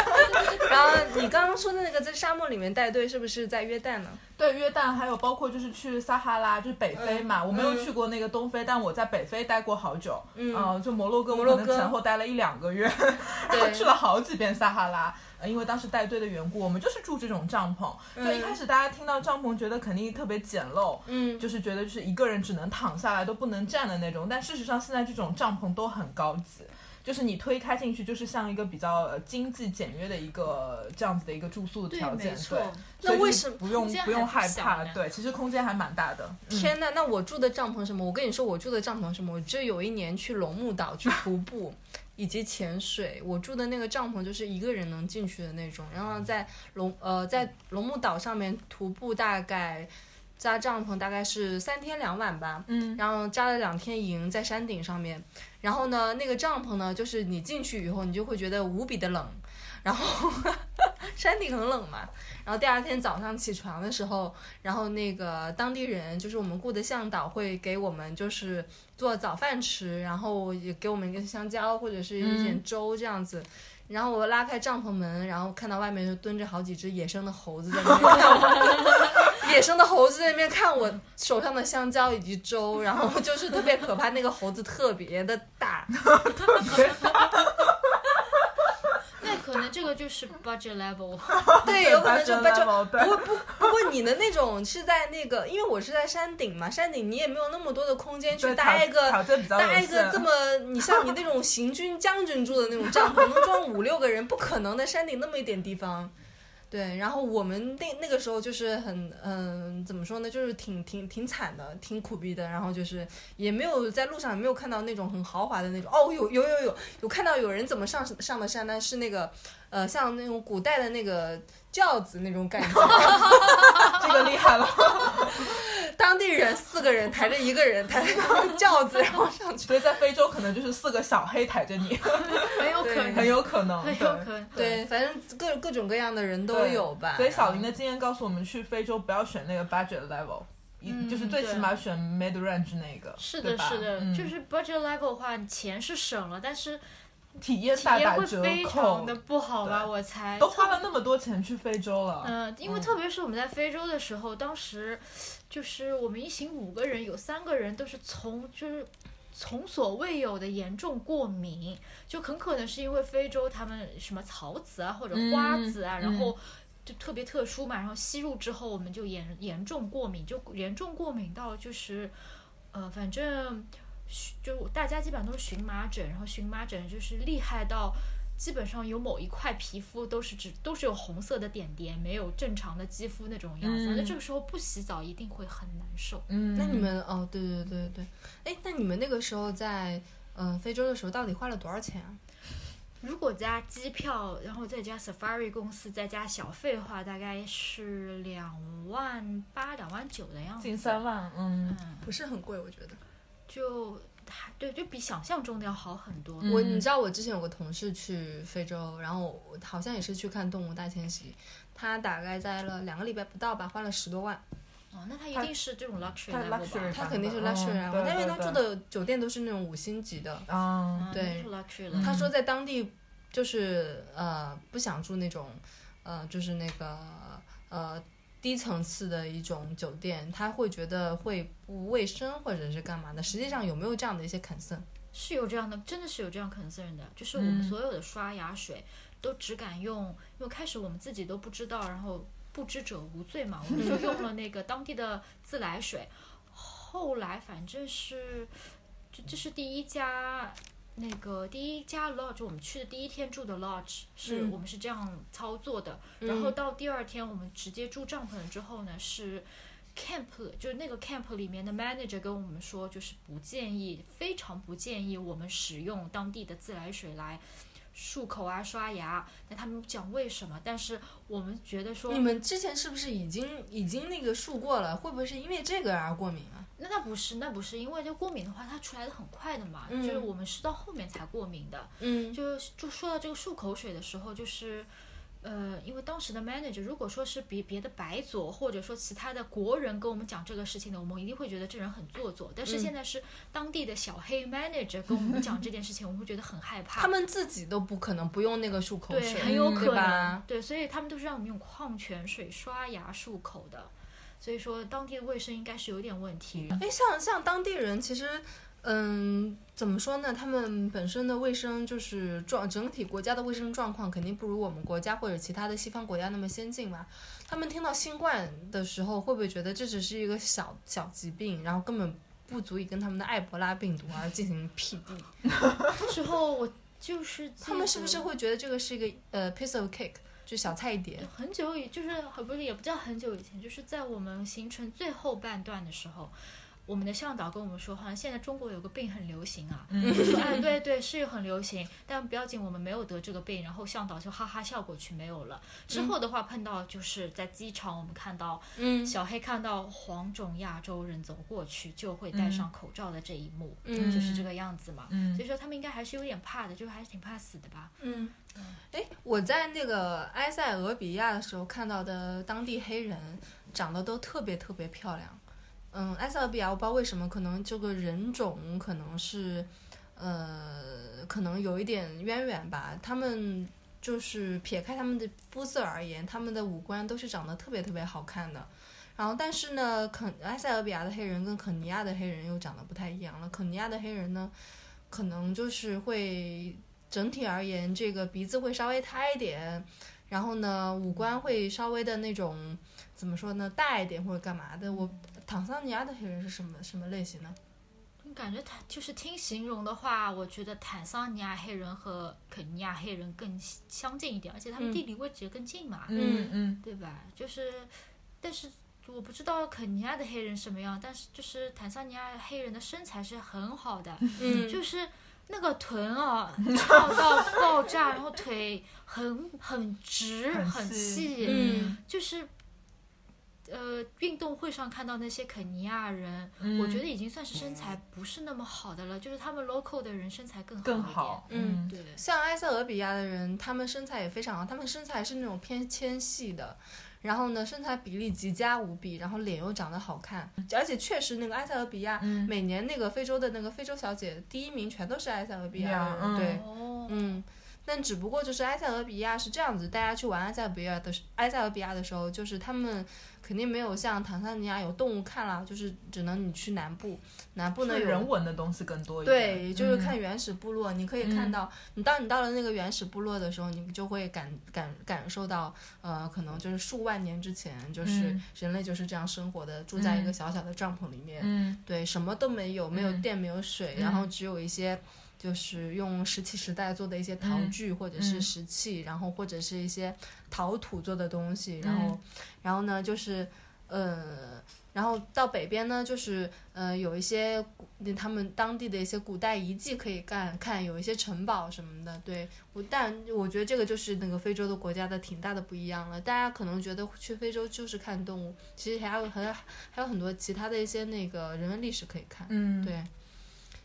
然后你刚刚说的那个在沙漠里面带队，是不是在约旦呢？
对，约旦还有包括就是去撒哈拉，就是北
嗯
非嘛，我没有去过那个东非，但我在北非待过好久。嗯，就摩洛哥，我
摩
可
洛
能
哥
前后待了一两个月，然后
对
去了好几遍撒哈拉。呃因为当时带队的缘故，我们就是住这种帐篷。就一开始大家听到帐篷，觉得肯定特别简陋，
嗯，
就是觉得就是一个人只能躺下来都不能站的那种，但事实上现在这种帐篷都很高级。就是你推开进去，就是像一个比较呃经济简约的一个这样子的一个住宿的
对
条，件
没，错
对。。
那
所以
为
就
什么
不用
空间
不用
还不
害
小
怕？
呢
对，其实空间还蛮大的。嗯
天呐，那我住的帐篷是什么？我跟你说，我住的帐篷是什么？我这有一年去龙目岛去徒步以及潜水，我住的那个帐篷就是一个人能进去的那种。然后在龙呃在龙目岛上面徒步大概扎帐篷大概是三天两晚吧，
嗯
然后扎了两天营在山顶上面，然后呢，那个帐篷呢，就是你进去以后，你就会觉得无比的冷，然后 山顶很冷嘛，然后第二天早上起床的时候，然后那个当地人就是我们雇的向导会给我们就是做早饭吃，然后也给我们一根香蕉或者是一点粥这样子。然后我拉开帐篷门，然后看到外面就蹲着好几只野生的猴子在那边看我， 野生的猴子在那边看我手上的香蕉以及粥，然后就是特别可怕，那个猴子特别的大，
那可能这个就是 budget level，
对，有可能就
对
把就
八折
不过不不过你的那种是在那个，因为我是在山顶嘛，山顶你也没有那么多的空间去
对
搭一个
挑战比较
搭
有
一个
限
这么你像你那种行军将军住的那种帐篷，能装五六个人，不可能的，山顶那么一点地方。对，然后我们那那个时候就是很，嗯、怎么说呢，就是挺挺挺惨的，挺苦逼的。然后就是也没有在路上也没有看到那种很豪华的那种。哦，有有有有有看到有人怎么上上的山呢？是那个，呃，像那种古代的那个轿子那种感觉，
这个厉害了，
当地人四个人抬着一个人抬着那个轿子，然后上去。
所以在非洲可能就是四个小黑抬着你，
很有可能，
很有可 能，
很有
对
可能。
对，反正各各种各样的人都
对
有吧。
所以小林的经验告诉我们，去非洲不要选那个 budget level，、一就是
嗯
最起码选 mid range 那个。
是
对
的，
吧
是的，
嗯、
就是 budget level 的话，你钱是省了，但是
体验
体
大
验
打
会
折
非
扣
常，的不好吧？
对
我猜
都花了那么多钱去非洲了。
嗯、因为特别是我们在非洲的时候，当时就是我们一行五个人，有三个人都是从就是从所未有的严重过敏，就很可能是因为非洲他们什么草籽啊或者花籽啊，
嗯
然后。就特别特殊嘛，然后吸入之后，我们就严严重过敏，就严重过敏到就是，呃，反正就大家基本上都是荨麻疹，然后荨麻疹就是厉害到基本上有某一块皮肤都是只都是有红色的点点，没有正常的肌肤那种样子。
嗯
那、这个时候不洗澡一定会很难受。
嗯，
那你们哦，对对对对，哎，那你们那个时候在嗯、呃非洲的时候到底花了多少钱啊？
如果加机票，然后再加 Safari 公司，再加小费的话，大概是两万八、两万九的样子。
近三万，嗯，
不是很贵，我觉得。
就还对，就比想象中的要好很多。
我
嗯
你知道我之前有个同事去非洲，然后我好像也是去看动物大迁徙，他大概在了两个礼拜不到吧，花了十多万。
哦，那它一
它
定是这种 luxury
它
level 吧
luxury
他肯定是
嗯
luxury 啊，
对
但因为
对
他住的酒店都是那种五星级的，
啊，
嗯那
对
是 luxury
嗯
level。
他说在当地就是呃不想住那种呃就是那个呃低层次的一种酒店，他会觉得会不卫生或者是干嘛的。实际上有没有这样的一些 concern？
是有这样的，真的是有这样 concern 的，就是我们
嗯
所有的刷牙水都只敢用，因为开始我们自己都不知道，然后不知者无罪嘛，我们就用了那个当地的自来水。后来反正是，这这是第一家那个第一家 lodge，我们去的第一天住的 lodge 是、
嗯
我们是这样操作的，然后到第二天我们直接住帐篷了之后呢是。camp 就是那个 camp 里面的 manager 跟我们说，就是不建议，非常不建议我们使用当地的自来水来漱口啊、刷牙。那他们不讲为什么，但是我们觉得说
你，们之前是不是已经已经那个漱过了？会不会是因为这个而过敏啊？
那那不是，那不是，因为这过敏的话，它出来的很快的嘛，
嗯
就是我们是到后面才过敏的。
嗯，
就是就说到这个漱口水的时候，就是。呃，因为当时的 manager 如果说是别别的白左或者说其他的国人跟我们讲这个事情的，我们一定会觉得这人很做作。但
嗯
是现在是当地的小黑 manager 跟我们讲这件事情，我们会觉得很害怕。
他们自己都不可能不用那个漱口
对
水，
很有
对
可能
吧？
对，所以他们都是让我们用矿泉水刷牙漱口的。所以说当地的卫生应该是有点问题的。
哎，像像当地人其实。嗯，怎么说呢？他们本身的卫生就是状，整体国家的卫生状况肯定不如我们国家或者其他的西方国家那么先进嘛。他们听到新冠的时候，会不会觉得这只是一个小小疾病，然后根本不足以跟他们的埃博拉病毒而进行匹敌？
那时候我就是
他们是不是
会？
会觉得这个是一个呃 piece of cake，就小菜一碟？
很久以，就是很不是也不叫很久以前，就是在我们行程最后半段的时候，我们的向导跟我们说，好像现在中国有个病很流行啊，就说哎对对是很流行，但不要紧，我们没有得这个病。然后向导就哈哈笑过去，没有了。之后的话碰到就是在机场，我们看到
嗯
小黑看到黄种亚洲人走过去就会戴上口罩的这一幕，
嗯
就是这个样子嘛。
嗯
所以说他们应该还是有点怕的，就还是挺怕死的吧。
嗯，哎，我在那个埃塞俄比亚的时候看到的当地黑人长得都特别特别漂亮。嗯，埃塞俄比亚我不知道为什么，可能这个人种可能是，呃，可能有一点渊源吧。他们就是撇开他们的肤色而言，他们的五官都是长得特别特别好看的。然后，但是呢，肯埃塞俄比亚的黑人跟肯尼亚的黑人又长得不太一样了。肯尼亚的黑人呢，可能就是会整体而言，这个鼻子会稍微塌一点，然后呢，五官会稍微的那种怎么说呢，大一点或者干嘛的。我坦桑尼亚的黑人是什么什么类型呢？
感觉他就是听形容的话，我觉得坦桑尼亚黑人和肯尼亚黑人更相近一点，而且他
嗯
们地理位置也更近嘛，
嗯嗯
对吧？就是，但是我不知道肯尼亚的黑人什么样，但是就是坦桑尼亚黑人的身材是很好的，
嗯
就是那个臀啊翘到爆炸，然后腿很很直
很
很
细
细，
嗯
就是。呃，运动会上看到那些肯尼亚人，
嗯
我觉得已经算是身材不是那么好的了，就是他们 local 的人身材更好
更
好
好，
一
嗯
点。对，
像埃塞俄比亚的人，他们身材也非常好，他们身材是那种偏纤细的，然后呢，身材比例极佳无比，然后脸又长得好看，而且确实那个埃塞俄比亚、
嗯
每年那个非洲的那个非洲小姐第一名全都是埃塞俄比亚
呀
人，
嗯
对，
哦，
嗯，但只不过就是埃塞俄比亚是这样子，大家去玩埃塞俄比亚的时埃塞俄比亚的时候，就是他们肯定没有像坦桑尼亚有动物看啦，就是只能你去南部，南部
不
呢
能
有
人文的东西更多一点。嗯
对，就是看原始部落，你可以看到，你当你到了那个原始部落的时候，你就会感感感受到，呃，可能就是数万年之前，就是
嗯
人类就是这样生活的，住在一个
嗯
小小的帐篷里面，
嗯
对，什么都没有，没有
嗯
电，没有水，
嗯
然后只有一些就是用石器时代做的一些陶
嗯
具或者是
嗯
石器，然后或者是一些陶土做的东西，然
嗯
后，然后呢就是呃，然后到北边呢就是呃有一些古他们当地的一些古代遗迹可以看看，有一些城堡什么的，对我，但我觉得这个就是那个非洲的国家的挺大的不一样了。大家可能觉得去非洲就是看动物，其实还有很还有很多其他的一些那个人文历史可以看。
嗯，
对，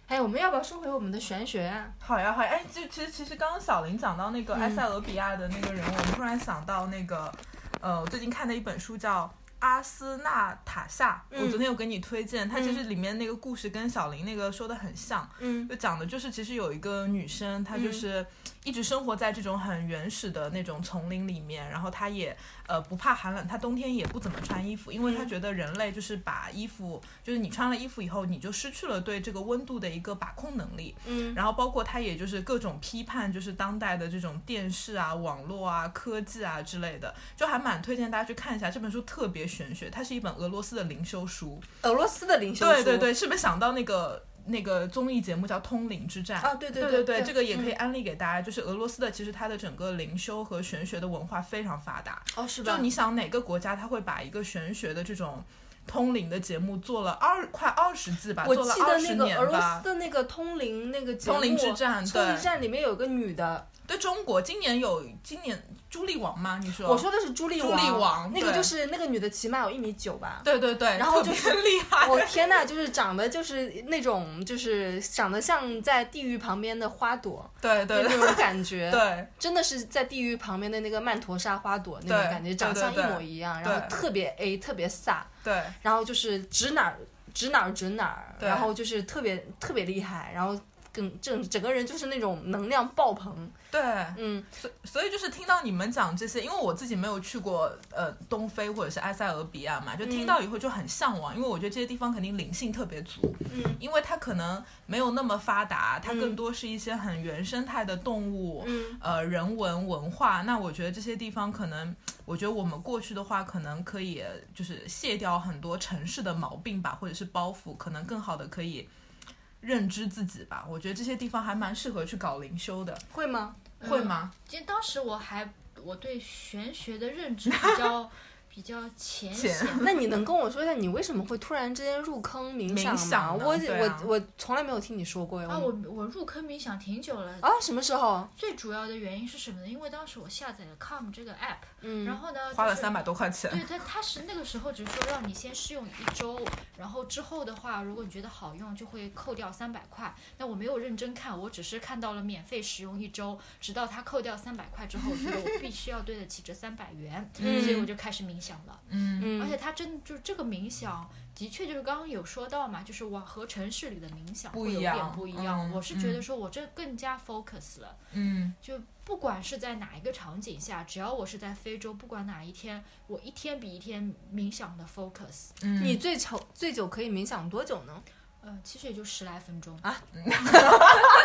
哎，我们要不要说回我们的玄学啊？
好呀，好呀，哎，就其实其实刚刚小林讲到那
嗯
个埃塞俄比亚的那个人，我们突然想到那个，呃，我最近看的一本书叫《阿斯纳塔夏》，
嗯
我昨天有给你推荐，它其实里面那个故事跟小林那个说的很像，
嗯
就讲的就是其实有一个女生，她就是一直生活在这种很原始的那种丛林里面，然后她也呃不怕寒冷，她冬天也不怎么穿衣服，因
嗯
为她觉得人类就是把衣服，就是你穿了衣服以后，你就失去了对这个温度的一个把控能力，
嗯
然后包括他也就是各种批判，就是当代的这种电视啊、网络啊、科技啊之类的，就还蛮推荐大家去看一下这本书，特别玄学。它是一本俄罗斯的灵修书，
俄罗斯的灵修
对
书
对，对，是不是想到那个那个综艺节目叫《通灵之战》？
啊对对
对
对
对，
对嗯
这个也可以安利给大家。就是俄罗斯的，其实它的整个灵修和玄学的文化非常发达，
哦是吧？
就你想哪个国家，它会把一个玄学的这种。通灵的节目做了二快二十季吧，
我
做了
记
二
得
十
那个
年
俄罗
吧
斯。的那个通灵那个节目
通灵之战
通灵
对
之战里面有个女的，
对中国今年有今年朱莉王吗？你说？
我说的是朱莉
哦朱莉王
那个
对
就是那个女的起码有一米九吧。
对对对，
然后
特
就
别
是
厉害。
我天呐，就是长得就是那种就是长得像在地狱旁边的花朵，
对对
就
对
那种感觉，
对
真的是在地狱旁边的那个曼陀沙花朵那种
对
感觉，长
对对
相一
对
模一样，然后
对
特别 A 特别飒，
对，
然后就是指哪儿指哪儿指哪儿，
对
然后就是特别特别厉害，然后整整整个人就是那种能量爆棚，
对，
嗯
所所以就是听到你们讲这些，因为我自己没有去过呃东非或者是埃塞俄比亚嘛，就
嗯
听到以后就很向往，因为我觉得这些地方肯定灵性特别足，
嗯，
因为它可能没有那么发达，它
嗯
更多是一些很原生态的动物，
嗯
呃人文文化。那我觉得这些地方可能，我觉得我们过去的话，可能可以就是卸掉很多城市的毛病吧，或者是包袱，可能更好的可以认知自己吧。我觉得这些地方还蛮适合去搞灵修的，
会吗？
会吗？
其实当时我还我对玄学的认知比较。 比较浅
浅
显。
那你能跟我说一下，你为什么会突然之间入坑冥想吗？
冥想呢
我、
对啊
我我从来没有听你说过呀。
啊，我我入坑冥想挺久了，
啊什么时候？
最主要的原因是什么呢？因为当时我下载了 Calm 这个 app，、
嗯，
然后呢，
花了
就是
三百多块钱。
对，它它是那个时候只是说让你先试用一周，然后之后的话，如果你觉得好用，就会扣掉三百块。那我没有认真看，我只是看到了免费使用一周，直到它扣掉三百块之后，我觉得我必须要对得起这三百 元，所以我就开始冥想了。
嗯，
嗯，
而且它真就是这个冥想，的确就是刚刚有说到嘛，就是我和城市里的冥想
不
会有
一样
点不一样。
嗯
我是觉
嗯
得说我这更加 focus 了。
嗯
就不管是在哪一个场景下，只要我是在非洲，不管哪一天，我一天比一天冥想的 focus，
嗯，
你最长最久可以冥想多久呢？
呃，其实也就十来分钟
啊，
真的很很牛。我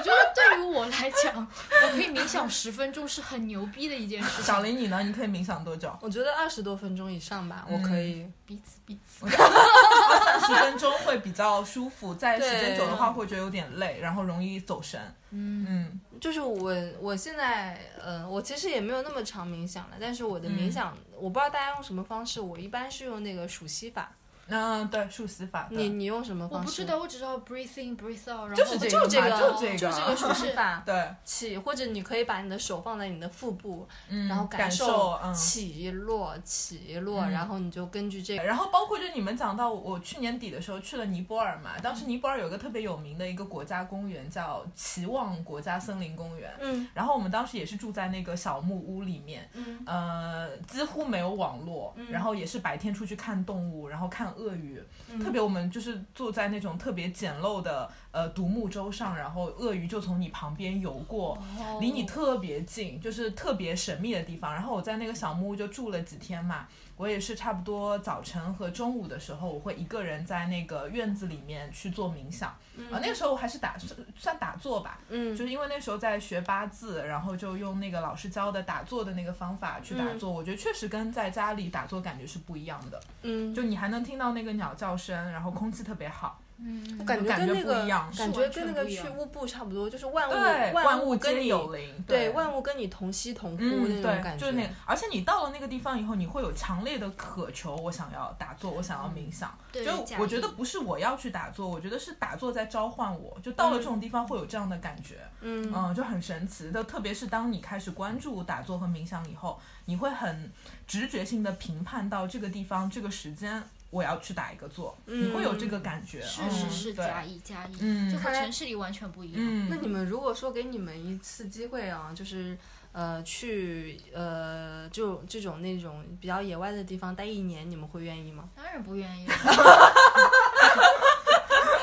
觉得对于我来讲，我可以冥想十分钟是很牛逼的一件事
小
情。
林你呢？你可以冥想多久？
我觉得二十多分钟以上吧，
嗯
我可以。
彼此彼此，
三十分钟会比较舒服，在时间
对
久的话会觉得有点累，然后容易走神。
嗯，
嗯
就是我我现在呃，我其实也没有那么长冥想了，但是我的
嗯
冥想、我不知道大家用什么方式，我一般是用那个数息法。
嗯，对，数息法的
你你用什么
我
方式？
不知道，我只知道 breathe in breathe out，然后
就是
就
就
这
这
个
个
嘛就这个啊
就这个数息法
对，
起，或者你可以把你的手放在你的腹部，
嗯，
然后
感
受
嗯。
起落起落，
嗯
然后你就根据这个。
然后包括就你们讲到我去年底的时候去了尼泊尔嘛，当时尼泊尔有一个特别有名的一个国家公园叫奇旺国家森林公园，
嗯，
然后我们当时也是住在那个小木屋里面，
嗯，
呃，几乎没有网络，然后也是白天出去看动物，然后看鳄鱼，特别我们就是坐在那种特别简陋的呃独木舟上，然后鳄鱼就从你旁边游过，离你特别近，就是特别神秘的地方。然后我在那个小木屋就住了几天嘛，我也是差不多早晨和中午的时候，我会一个人在那个院子里面去做冥想。啊、那个时候我还是打算算打坐吧，
嗯
就是因为那时候在学八字，然后就用那个老师教的打坐的那个方法去打坐，我觉得确实跟在家里打坐感觉是不一样的。
嗯，
就你还能听到那个鸟叫声，然后空气特别好。
嗯，
感觉
感
跟
觉
那
不
个
一样
感
是
觉
完全
跟那个
不一
去
样
雾部差不多，就是嗯万
对，
物
万
物跟
皆
你
有灵。
对万物跟你同息同呼那
嗯，
种
对，
感
就
觉。
是那，而且你到了那个地方以后，你会有强烈的渴求，我想要打坐，我想要冥想。
对
就
假
我觉
意
得不是我要去打坐，我觉得是打坐在召唤我。就到了这种地方会有这样的感觉，
嗯
就很神奇的。特别是当你开始关注打坐和冥想以后，你会很直觉性的评判到这个地方、这个时间，我要去打一个坐，你会有这个感觉。
嗯是是是，
嗯、对
加一加一，
嗯
就和
看来
城市里完全不一样。
嗯，
那你们如果说给你们一次机会啊，就是呃去呃就这种那种比较野外的地方待一年，你们会愿意吗？
当然不愿意了，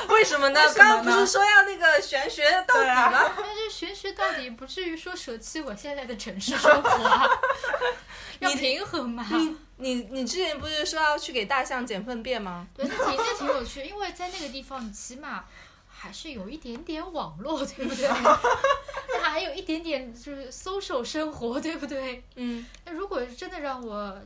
为什么呢
为什么呢
说要那个玄学到
对啊
吗？
但是玄学到底不至于说舍弃我现在的城市生活啊，要平衡嘛。
你你之前不是说要去给大象捡粪便吗？
对，那挺那挺有趣，因为在那个地方，你起码还是有一点点网络，对不对？ 那还有一点点就是 social 生活，对不对？
嗯，
那如果真的让我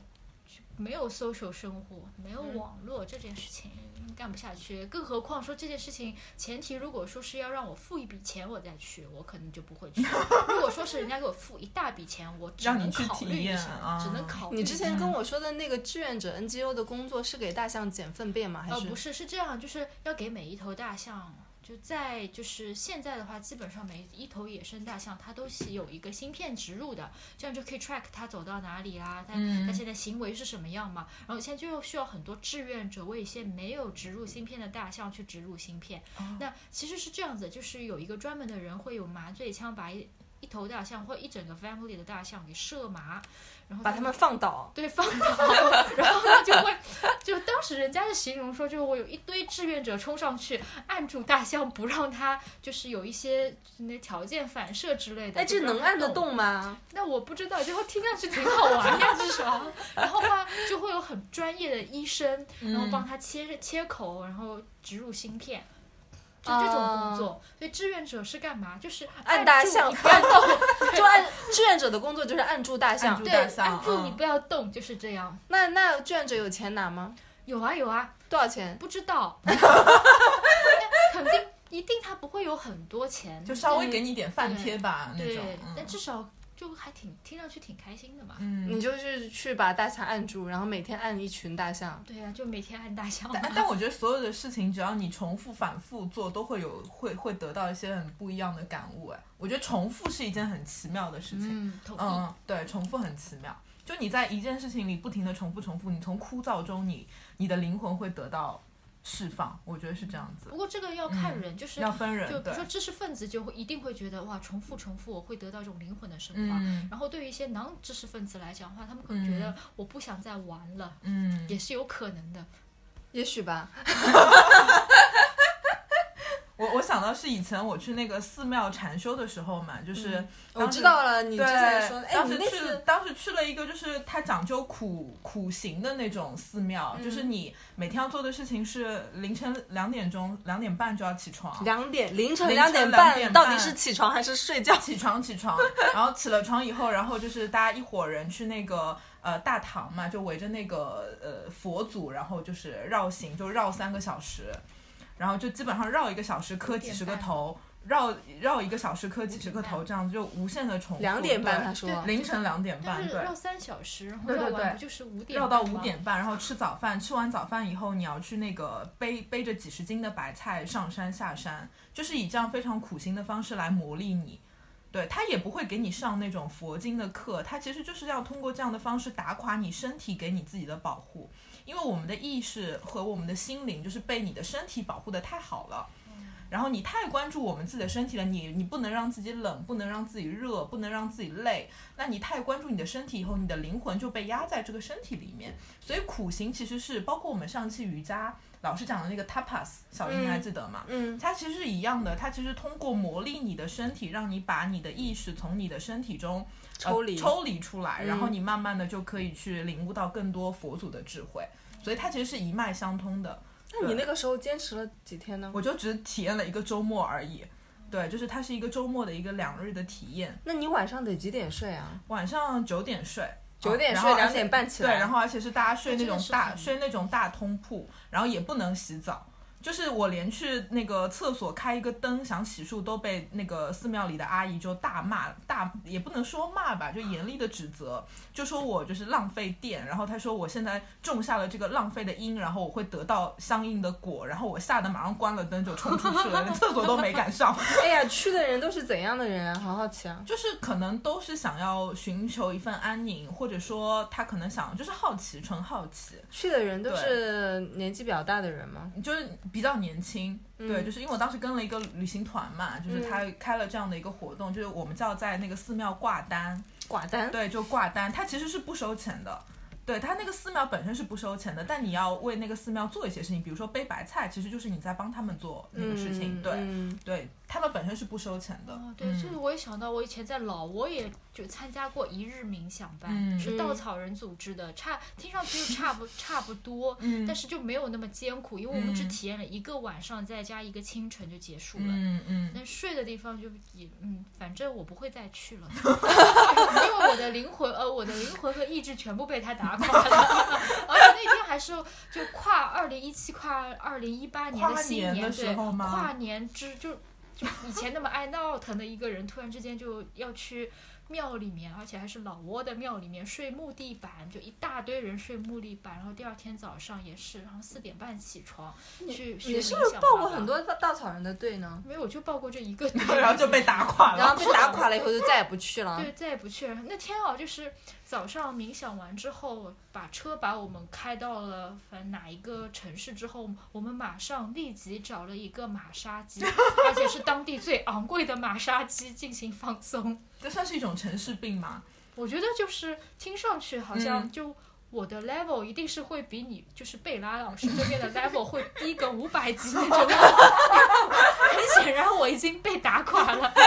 没有 social 生活，
嗯
没有网络这件事情。干不下去，更何况说这件事情，前提如果说是要让我付一笔钱我再去，我可能就不会去。如果说是人家给我付一大笔钱，我只
让你
能
去
考
体
虑一
验
下，
啊
只能考虑一
你
下。
之前跟我说的那个志愿者 NGO 的工作是给大象捡粪便吗？还
呃，
哦是
不是，是这样，就是要给每一头大象，就在就是现在的话，基本上每一头野生大象它都是有一个芯片植入的，这样就可以 track 它走到哪里啦，它
嗯
它现在行为是什么样嘛。然后现在就需要很多志愿者为一些没有植入芯片的大象去植入芯片。
哦
那其实是这样子，就是有一个专门的人会有麻醉枪把一。一头大象或一整个 family 的大象给射麻，然后
把
它
它们放倒？
对，放倒，然后他就会，就当时人家的形容说，就是我有一堆志愿者冲上去按住大象，不让它就是有一些那条件反射之类的。
哎，这
不让
能
它
按得
动？
动吗？
那我不知道，就听上去挺好玩呀，至少。然后话就会有很专业的医生，然后帮
嗯
他切切口，然后植入芯片。就这种工作，所以志愿者是干嘛？就是
哦按
住
大
你
象
不要动，
就按志愿者的工作就是按住大
按
象
住。
对，
大象
按住你
嗯
不要动，就是这样。
那那志愿者有钱拿吗？
有啊有啊，
多少钱？
不 知道，肯定一定他不会有很多钱，
就稍微给你点饭
对
贴吧那
对
种。，
但
嗯
至少就还挺听上去挺开心的嘛。
嗯
你，就是去把大象按住，然后每天按一群大象。
对啊呀、就每天按大象。
但哦 但我觉得所有的事情，只要你重复反复做，都会有会会得到一些很不一样的感悟。哎，我觉得重复是一件很奇妙的事情。
嗯，同意。
嗯，对，重复很奇妙。就你在一件事情里不停的重复重复，你从枯燥中你，你的灵魂会得到释放，我觉得是这样子
不。过这个要看人，就是
嗯要分人，
就比
对
如，说知识分子就会一定会觉得哇，重复重复我会得到一种灵魂的升华。
嗯
然后对于一些囊知识分子来讲的话，他们可能觉得我不想再玩了，
嗯，
也是有可能的。
也许吧，
我我想到是以前我去那个寺庙禅修的时候嘛，
嗯
就是、
哦
我知道了。你之
对，
前说，哎，
当
你
时
那
去
次
当时去了一个，就是它讲究苦苦行的那种寺庙，
嗯
就是你每天要做的事情是凌晨两点钟、两点半就要起床，
两点凌晨
凌晨
两点
2点半
到底是起床还是睡觉？
起床起床， 然后起了床以后，然后就是大家一伙人去那个呃大堂嘛，就围着那个呃佛祖，然后就是绕行，就绕三个小时，然后就基本上绕一个小时磕几十个头，绕绕一个小时磕几十个头，这样子就无限的重复。
两点半，
对
他说
对
凌晨两点
但
半，
是
对。
绕三小时，然后
对对
绕
对
完不就是五点？
绕到五。点半，然后吃早饭。吃完早饭以后，你要去那个背背着几十斤的白菜上山下山，就是以这样非常苦行的方式来磨砺你。对他也不会给你上那种佛经的课，他其实就是要通过这样的方式打垮你身体给你自己的保护，因为我们的意识和我们的心灵就是被你的身体保护的太好了。然后你太关注我们自己的身体了，你你不能让自己冷，不能让自己热，不能让自己累。那你太关注你的身体以后，你的灵魂就被压在这个身体里面。所以苦行其实是包括我们上期瑜伽老师讲的那个 tapas，小英还记得吗？
嗯，
它其实是一样的，它其实通过磨砺你的身体，让你把你的意识从你的身体中、呃
抽离
抽离出来，
嗯
然后你慢慢的就可以去领悟到更多佛祖的智慧。所以它其实是一脉相通的。
那你那个时候坚持了几天呢？
我就只体验了一个周末而已。对，就是它是一个周末的一个两日的体验，
那你晚上得几点睡啊？
晚上九点睡，啊
九点
然
睡，
后
两
而且
点半起
对，
来。
然后而且是大家睡那
那真的
种
是
大
很
睡那种大通铺，然后也不能洗澡，就是我连去那个厕所开一个灯想洗漱都被那个寺庙里的阿姨就大骂大，也不能说骂吧，就严厉的指责，就说我就是浪费电，然后她说我现在种下了这个浪费的因，然后我会得到相应的果，然后我吓得马上关了灯就冲出去了，连厕所都没敢上。
哎呀，去的人都是怎样的人啊？好好奇啊！
就是可能都是想要寻求一份安宁，或者说他可能想就是好奇，纯好奇，
去的人都是年纪比较大的人吗？
就是比较年轻。
嗯
对，就是因为我当时跟了一个旅行团嘛，就是他开了这样的一个活动，就是我们叫在那个寺庙挂单，
寡单。
对，就挂单，它其实是不收钱的。对它那个寺庙本身是不收钱的，但你要为那个寺庙做一些事情，比如说背白菜，其实就是你在帮他们做那个事情。
嗯
对、
嗯
对，他们本身是不收钱的。
哦，对，这个我也想到，我以前在老挝也就参加过一日冥想班，
嗯
是稻草人组织的，差听上去就差不差不多，
嗯
但是就没有那么艰苦，因为我们只
嗯
体验了一个晚上，再加一个清晨就结束了。
嗯嗯，
那睡的地方就也嗯，反正我不会再去了， 因为我的灵魂呃，我的灵魂和意志全部被他打垮了。 而且那天还是就跨二零一七跨二零一八年的
跨
新
年的
对，
时候吗，
跨年之就就以前那么爱闹腾的一个人，突然之间就要去。庙里面，而且还是老挝的庙里面睡木地板，就一大堆人睡木地板，然后第二天早上也是，然后四点半起床去学
你是不
冥
是
想
报
吧
过很？多稻稻草人的队呢？
没有，我就报过这一个
啊然后就被打垮了。
然后被打垮了以后就再也不去了。
对，再也不去了。那天啊，就是早上冥想完之后，把车把我们开到了反正哪一个城市之后，我们马上立即找了一个马杀 鸡，而且是当地最昂贵的马杀鸡进行放松。
这算是一种城市病吗？
我觉得就是听上去好像
嗯
就。我的 level 一定是会比你就是贝拉老 师这边的 level 会低个五百级那种，很显然我已经被打垮了。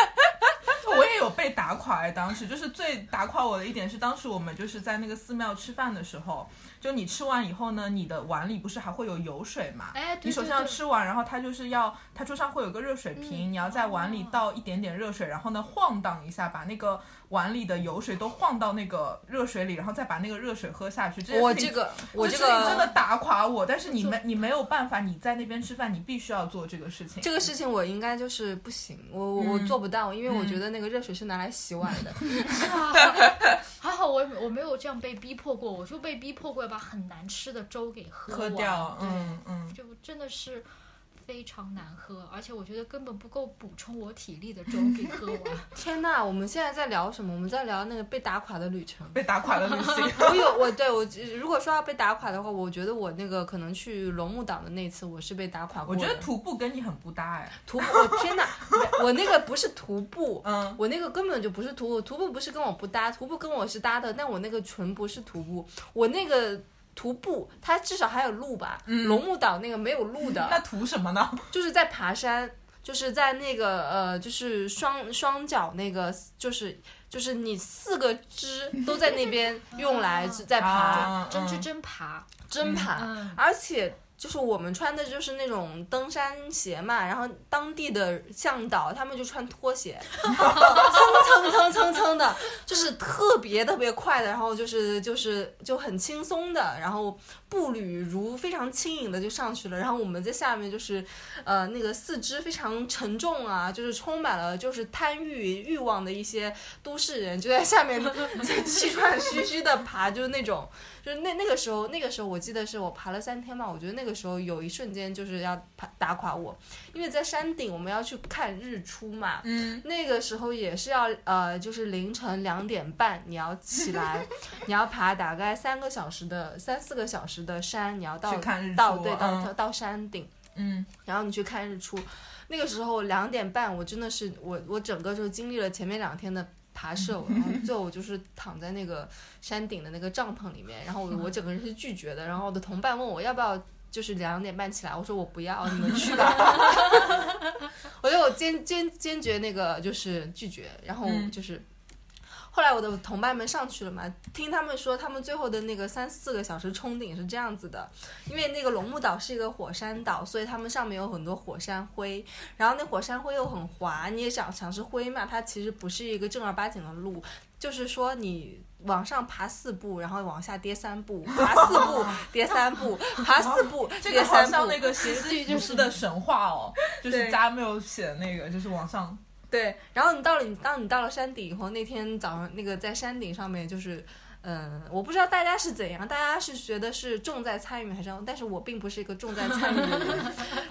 我也有被打垮哎，当时就是最打垮我的一点是，当时我们就是在那个寺庙吃饭的时候，就你吃完以后呢，你的碗里不是还会有油水嘛？
哎，对
你首
对
先要
对嗯
吃完，然后它就是要，
哦
它桌上会有个热水瓶，你要在碗里倒一点点热水，然后呢晃荡一下，把那个碗里的油水都晃到那个热水里，然后再把那个热水喝下去。这件
我
事情
这个我
这
这
事情真的
个
打垮我，但是你没你没有办法，你在那边吃饭，你必须要做这个事情。
这个事情我应该就是不行，我我我
嗯
做不到，因为我
嗯
觉得那个热水是拿来洗碗 的。
啊，还好我我没有这样被逼迫过，我就被逼迫过要把很难吃的粥给喝
喝
完
掉，
对
嗯嗯，
就真的是非常难喝，而且我觉得根本不够补充我体力的粥给 喝完。
嗯
天呐，我们现在在聊什么？我们在聊那个被打垮的旅程。
被打垮的旅 行。
我有我对我如果说要被打垮的话，我觉得我那个可能去龙目岛的那次，我是被打垮过
我
的。
觉得徒步跟你很不搭哎，
徒步，我天呐，我那个不是徒步，
嗯，
我那个根本就不是徒步，徒步不是跟我不搭，徒步跟我是搭的，但我那个纯不是徒步，我那个徒步它至少还有路吧，龙目岛那个没有路的，
那图什么呢？
就是在爬山，就是在那个呃，就是双双脚那个，就是就是你四个肢都在那边用来
啊
在爬，
啊，
真吃
嗯
真爬，
真爬，
嗯，
而且。就是我们穿的就是那种登山鞋嘛，然后当地的向导他们就穿 拖鞋，蹭蹭蹭蹭蹭的，就是特别特别快的，然后就是就是就很轻松的，然后步履如非常轻盈的就上去了，然后我们在下面就是，呃，那个四肢非常沉重啊，就是充满了就是贪欲欲望的一些都市人就在 下面气喘吁吁的爬，就是那种，就是那那个时候那个时候我记得是我爬了三天嘛，我觉得那个时候有一瞬间就是要爬打垮我，因为在山顶我们要去看日出嘛，
嗯，
那个时候也是要呃，就是凌晨两点半你要起 来，你要爬大概三个小时的三四个小时的山，你要到
去看日出
到对到、
嗯
到到山顶，
嗯，
然后你去看日出。那个时候两点半，我真的是我我整个就经历了前面两天的爬涉，然后最后我就是躺在那个山顶的那个帐篷里面，然后我我整个人是拒绝的，然后我的同伴问我要不要。就是两点半起来，我说我不要，你们去吧。我就我坚坚坚决那个就是拒绝，然后
嗯
就是、后来我的同伴们上去了嘛，听他们说他们最后的那个三四个小时冲顶是这样子的，因为那个龙目岛是一个火山岛，所以他们上面有很多火山灰，然后那火山灰又很滑，你也想想是灰嘛，它其实不是一个正儿八经的路，就是说你。往上爬四步，然后往下跌三步，爬四 步跌三步，爬四步
这
跌
个好
三
像
步。
那个希斯福斯的神话哦，就是加缪写的那个， 就是往上，
对，然后你到了你当你到了山顶以后，那天早上那个在山顶上面就是。嗯，我不知道大家是怎样，大家是觉得是重在参与还是？但是我并不是一个重在参与的人。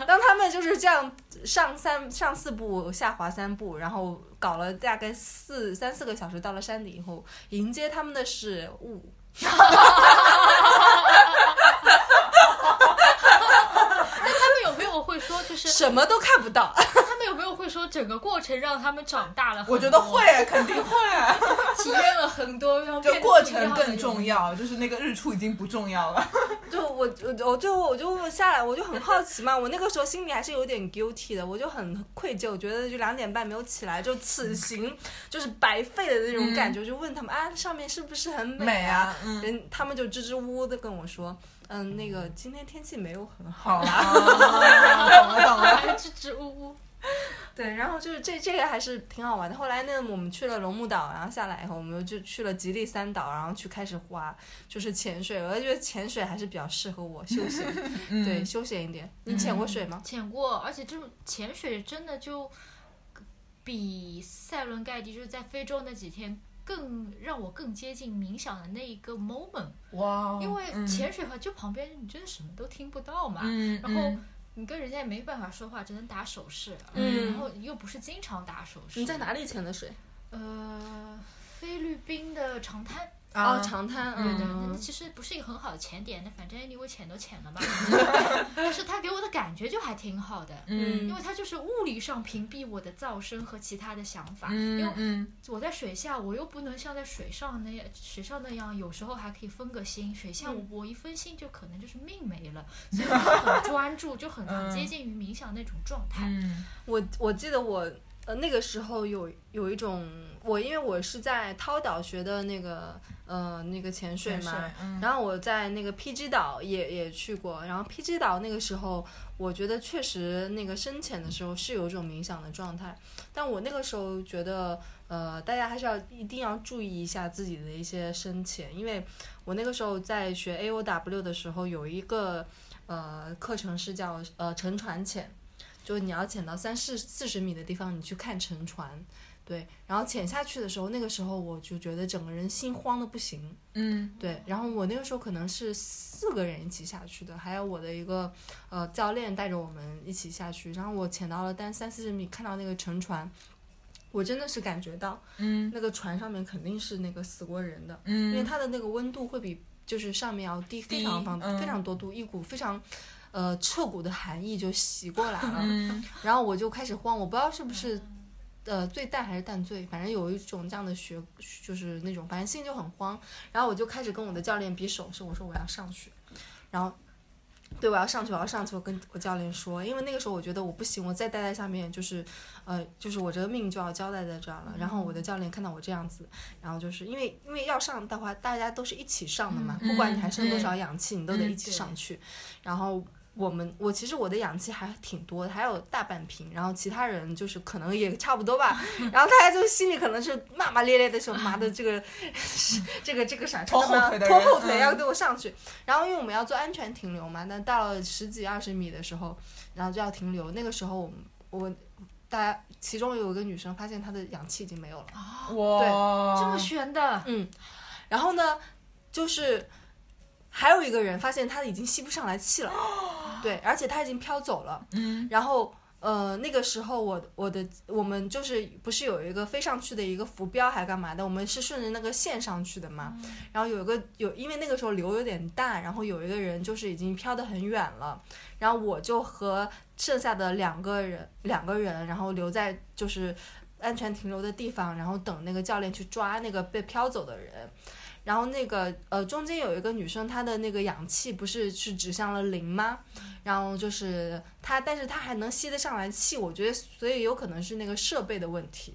当他们就是这样上三上四步，下滑三步，然后搞了大概四三四个小时，到了山顶以后，迎接他们的是雾。
那他们有没有会说， 就是
什么都看不到，
他们有没有会说整个过程让他们长大了很多？
我觉得会，肯 定会，
体验了很多，然后
就
变得
过
不一样
程
的
更
人
重。要，就是那个日出已经不重要 了。
就我我我就我就下来，我就很好奇嘛，我那个时候心里还是有点 guilty 的，我就很愧疚，觉得就两点半没有起来，就此行就是白费的那种感觉，就问他们啊，上面是不是很
嗯美
啊？
啊，嗯，
人他们就支支吾吾的跟我说，嗯，那个今天天气没有很好。
好啦，懂 了懂了，
还支支吾吾，
对，然后就是这这个还是挺好玩的。后来呢，我们去了龙目岛，然后下来以后，我们又就去了吉利三岛，然后去开始滑，就是潜水。我就觉得潜水还是比较适合我休闲，
嗯
对，休闲一点。你潜过水吗？
潜过，而且这种潜水真的就比塞伦盖蒂就是在非洲那几天更让我更接近冥想的那一个 moment，、
哇，
哦
因为
嗯
潜水和就旁边你真的什么都听不到嘛，
嗯，
然后
嗯
你跟人家也没办法说话，只能打手势，
嗯
然后又不是经常打手势。
你在哪？里潜的水？
呃，菲律宾的长滩。
啊，
哦，长滩，
对的，那
嗯
其实不是一个很好的潜点，那反正 anyway 潜都潜 了嘛。但是他给我的感觉就还挺好的，
嗯
因为它就是物理上屏蔽我的噪声和其他的想法，
嗯
因为
嗯，
我在水下，我又不能像在水上那样，水上那样，有时候还可以分个心。水下
嗯
我、我一分心就可能就是命没了，所以我就 很专注，就很很接近于冥想那种状态。
嗯
我我记得我呃那个时候有有一种我，因为我是在涛岛学的那个呃那个潜水嘛，
嗯，
然后我在那个 PG 岛也也去过，然后 PG 岛那个时候，我觉得确实那个深潜的时候是有一种冥想的状态，但我那个时候觉得，呃，大家还是要一定要注意一下自己的一些深潜，因为我那个时候在学 AOW 的时候有一个呃课程是叫呃沉船潜，就是你要潜到三四四十米的地方，你去看沉船。对，然后潜下去的时候，那个时候我就觉得整个人心慌的不行，
嗯
对，然后我那个时候可能是四个人一起下去的，还有我的一个呃教练带着我们一起下去，然后我潜到了但三四十米，看到那个沉船，我真的是感觉到
嗯
那个船上面肯定是那个死过人的，因为
嗯，
它的那个温度会比就是上面要低非常
低
方
嗯
非常多度，一股非常。呃，彻骨的寒意就袭过来 了，
嗯
然后我就开始慌，我不知道是不是，呃，醉蛋还是淡醉，反正有一种这样的学，就是那种，反正心里就很慌。然后我就开始跟我的教练比手势，我说我要上去，然后，对，我要上去，我要上去，我跟我教练说，因为那个时候我觉得我不行，我再待在下面就是，呃，就是我这个命就要交代在这儿了。然后我的教练看到我这样子，然后就是因为因为要上的话，大家都是一起上的嘛，
嗯
不管你还剩多
对
少氧气，你都得
嗯
一起
对
上去。然后我们我其实我的氧气还挺多的，还有大半瓶，然后其他人就是可能也差不 多吧，然后大家就心里可能是骂骂咧咧的说，妈的这个 这个这个傻叉
拖
他妈
后腿的
拖
人
后腿
嗯
要给我上去，然后因为我们要做安全停留嘛，那到了十几二十米的时候，然后就要停留，那个时候我们我。大家其中有一个女生发现她的氧气已经没有了，
哇，
这
哦
么悬的，
嗯，然后呢，就是还有一个人发现他已经吸不上来气了，对，而且他已经飘走了。
嗯
然后呃，那个时候我我的我们就是不是有一个飞上去的一个浮标还干嘛的？我们是顺着那个线上去的嘛。然后有一个有，因为那个时候流有点大，然后有一个人就是已经飘得很远了，然后我就和剩下的两个人两个人，然后留在就是安全停留的地方，然后等那个教练去抓那个被飘走的人。然后那个呃，中间有一个女生，她的那个氧气不是是指向了零吗？然后就是她，但是她还能吸得上来气，我觉得所以有可能是那个设备的问题。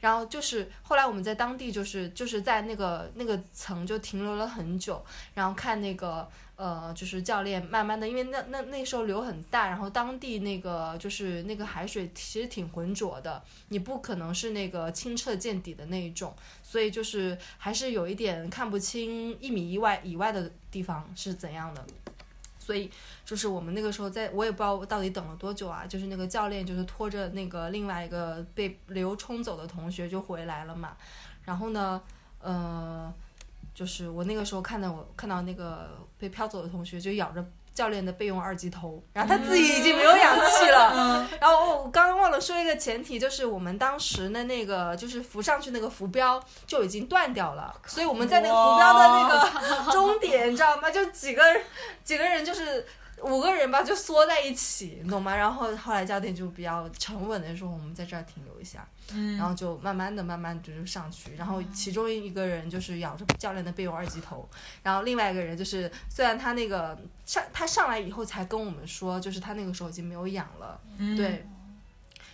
然后就是后来我们在当地就是就是在那个那个层就停留了很久，然后看那个呃就是教练慢慢的，因为那那那时候流很大，然后当地那个就是那个海水其实挺浑浊的，你不可能是那个清澈见底的那一种，所以就是还是有一点看不清一米以外以外的地方是怎样的。所以就是我们那个时候在，我也不知道到底等了多久啊。就是那个教练就是拖着那个另外一个被流冲走的同学就回来了嘛。然后呢，呃，就是我那个时候看到我看到那个被飘走的同学就咬着教练的备用二级头，然后他自己已经没有氧气了。然后哦我刚刚忘了说一个前提，就是我们当时的那个就是浮上去那个浮标就已经断掉了，所以我们在那个浮标的那个终点，你知道吗？就几个几个人就是。五个人吧，就缩在一起，你懂吗？然后后来教练就比较沉稳的说，我们在这儿停留一下，
嗯
然后就慢慢的、慢慢的就上去，然后其中一个人就是咬着教练的备用二级头，然后另外一个人就是虽然他那个上他上来以后才跟我们说，就是他那个时候已经没有氧了，
嗯
对。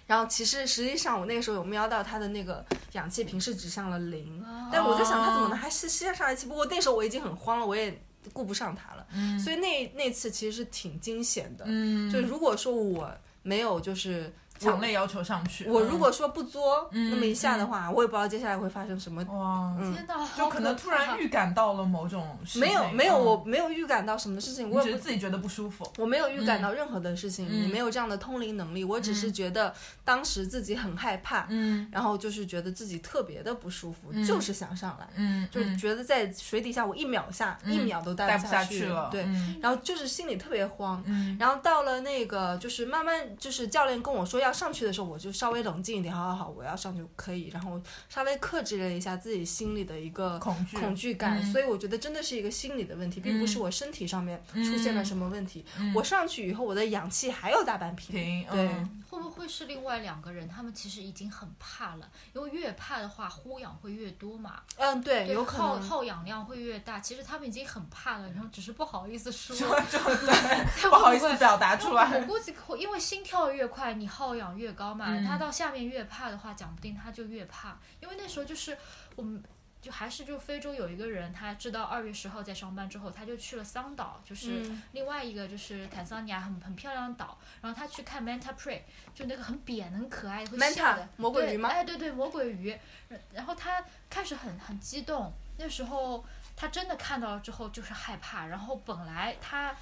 然后其实实际上我那个时候有瞄到他的那个氧气瓶是指向了零，
哦嗯
但我在想他怎么能还是吸得上来气？不过那时候我已经很慌了，我也顾不上他了，
嗯
所以那那次其实是挺惊险的。
嗯，
就如果说我没有就是
强烈要求上去，
我
嗯
如果说不作、
嗯哦
那么一下的话，我也不知道接下来会发生什么。
哇，
嗯
天哪，
就可能突然
遇
预感到了某种事情，
没有没有，
嗯
我没有预感到什么事情，
你
我
觉
也
得
不
自己觉得不舒服，
我没有预感到任何的事情，
嗯
你没有这样的通灵能力，我只是觉得当时自己很害怕，
嗯
然后就是觉得自己特别的不舒服，
嗯
就是想上来，
嗯，
就是觉得在水底下我一秒下、
嗯
一秒都
待
待
不
下
下去了，
对，
嗯
然后就是心里特别慌，
嗯
然后到了那个，就是慢慢就是教练跟我说要上去的时候，我就稍微冷静一点，好好好，我要上去可以，然后稍微克制了一下自己心里的一个
恐惧
恐惧感，
嗯
所以我觉得真的是一个心理的问题，并不是我身体上面出现了什么问题。
嗯
我上去以后，我的氧气还有大半瓶，
停，
对
嗯
会不会是另外两个人？他们其实已经很怕了，因为越怕的话，呼氧会越多嘛，
嗯，对，
对
有可
耗
能。
耗氧量会越大。其实他们已经很怕了，然后只是不好意思说。
就就对，不好意思表达出
我
来，
估计会，因为心跳越快，你耗氧越高嘛。
嗯
他到下面越怕的话，讲不定他就越怕，因为那时候就是我们。就还是就非洲有一个人，他知道二月十号在上班之后，他就去了桑岛，就是
嗯
另外一个就是坦桑尼亚很很漂亮的岛，然后他去看 manta prey，就那个很扁很可爱会笑
Manta，
的
魔鬼
对
鱼吗
哎，对对，魔鬼鱼。然然后他开始很很激动，那时候他真的看到了之后就是害怕，然后本来他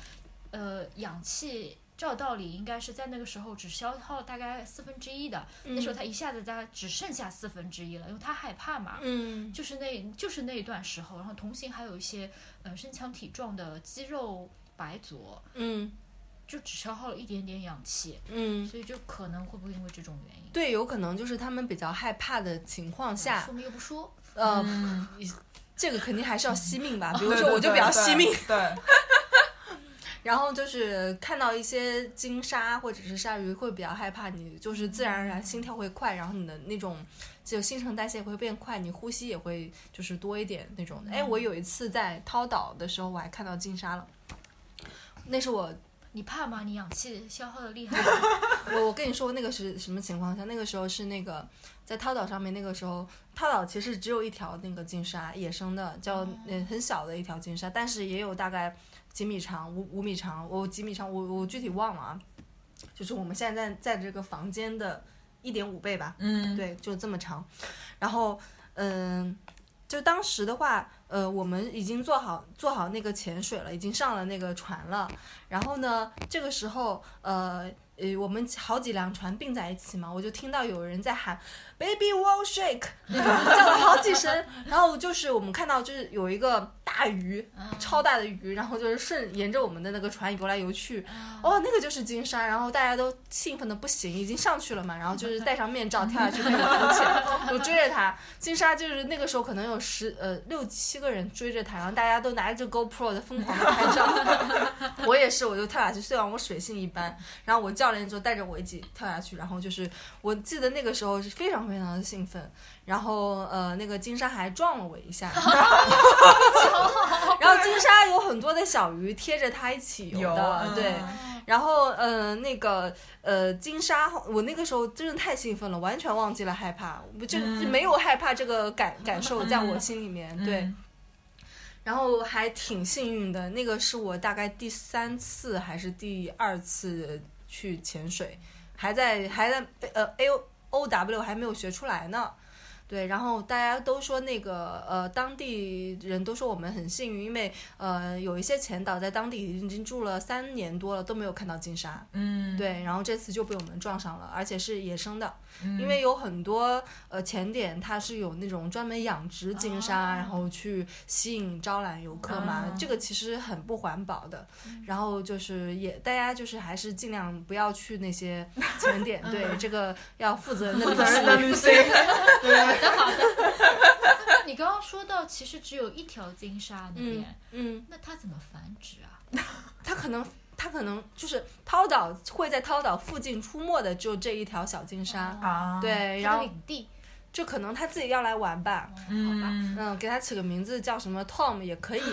呃氧气。照道理应该是在那个时候只消耗大概四分之一的，
嗯
那时候他一下子大概只剩下四分之一了，因为他害怕嘛。
嗯，
就是那就是那一段时候，然后同行还有一些呃身强体壮的肌肉白左，
嗯
就只消耗了一点点氧气，
嗯，
所以就可能会不会因为这种原因，
对，有可能就是他们比较害怕的情况下
说，明又不说，
呃，
嗯，
这个肯定还是要惜命吧。比
比
如说，我就比较惜命，，
对对，
然后就是看到一些金鲨或者是鲨鱼会比较害怕，你就是自然而然心跳会快，然后你的那种就新陈代谢会变快，你呼吸也会就是多一点那种的。哎，我
嗯
有一次在涛岛的时候，我还看到金鲨了。那是我，
你怕吗？你氧气消耗的 厉害，
我我跟你说，那个是什么情况下？那个时候是那个在涛岛上面，那个时候涛岛其实只有一条那个金鲨，野生的，叫嗯很小的一条金鲨，但是也有大概几米长，五五米长，我几米长，我我具体忘了啊。就是我们现在在在这个房间的一点五倍吧，
嗯，
对，就这么长。然后，嗯、就当时的话，呃，我们已经做好做好那个潜水了，已经上了那个船了。然后呢，这个时候，呃。呃，我们好几辆船并在一起嘛，我就听到有人在喊 “baby wall shake”，那种叫了好几声。然后就是我们看到就是有一个大鱼，超大的鱼，然后就是顺沿着我们的那个船游来游去。哦，那个就是金鲨，然后大家都兴奋的不行，已经上去了嘛，然后就是戴上面罩跳下去开始浮潜，我追着他。金鲨就是那个时候可能有十呃六七个人追着他，然后大家都拿着 GoPro 的疯狂的拍照， 我也是，我就跳下去，虽然我水性一般，然后我教练就带着我一起跳下去，然后就是我记得那个时候是非常非常的兴奋，然后呃那个金鲨还撞了我一 下， 然后金鲨有很多的小鱼贴着它一起游
有
的，
嗯
对。然后，呃，那个，呃，金鲨，我那个时候真的太兴奋了，完全忘记了害怕，我就、
嗯
就没有害怕这个感感受在我心里面，
嗯
对。然后还挺幸运的，那个是我大概第三次还是第二次去潜水，还在还在被呃 A O O W 还没有学出来呢。对，然后大家都说那个呃，当地人都说我们很幸运，因为呃，有一些前导在当地已经住了三年多了，都没有看到金鲨。
嗯，
对，然后这次就被我们撞上了，而且是野生的，
嗯，
因为有很多呃潜点它是有那种专门养殖金鲨，
哦
然后去吸引招揽游客嘛，
嗯
这个其实很不环保的。然后就是也大家就是还是尽量不要去那些潜点，对这个要负责任的
责任的
旅
旅
行
行。
好的好的。那你刚刚说到，其实只有一条金鲨那边，
嗯，
那它怎么繁殖啊？
它可能它可能就是涛岛会在涛岛附近出没的，只有这一条小金鲨。
啊，，
对，然
它的
后
领地，哦
就可能它自己要来玩吧，
嗯，
嗯，给它起个名字叫什么 Tom 也可以。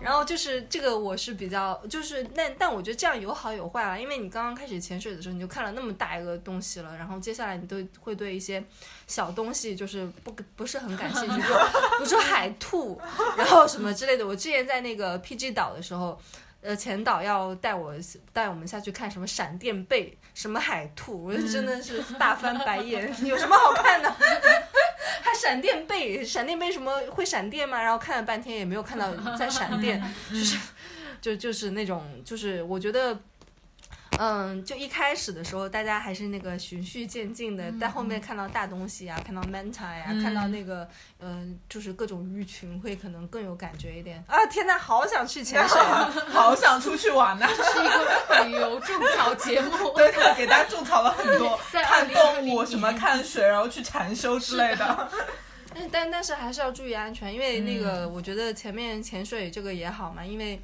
然后就是这个，我是比较就是那，但我觉得这样有好有坏啊啦。因为你刚刚开始潜水的时候，你就看了那么大一个东西了，然后接下来你都会对一些小东西就是不不是很感兴趣，比如比如说海兔，然后什么之类的。我之前在那个 PG 岛的时候，呃，前导要带我带我们下去看什么闪电贝、什么海兔，我就真的是大翻白眼， 有什么好看的？还闪电贝，闪电贝什么会闪电吗？然后看了半天也没有看到在闪电，就是就就是那种就是我觉得。嗯，就一开始的时候，大家还是那个循序渐进的，但后面看到大东西啊，看到 manta 呀、
嗯
看到那个嗯、就是各种鱼群，会可能更有感觉一点啊！天呐，好想去潜水啊！
好想出去玩啊呐，
是一个旅游种草节目。
对的，给大家吐槽了很多，
在
看动物
2020
什么看水，然后去禅修之类的，
但但但是还是要注意安全，因为那个我觉得前面潜水这个也好嘛，因为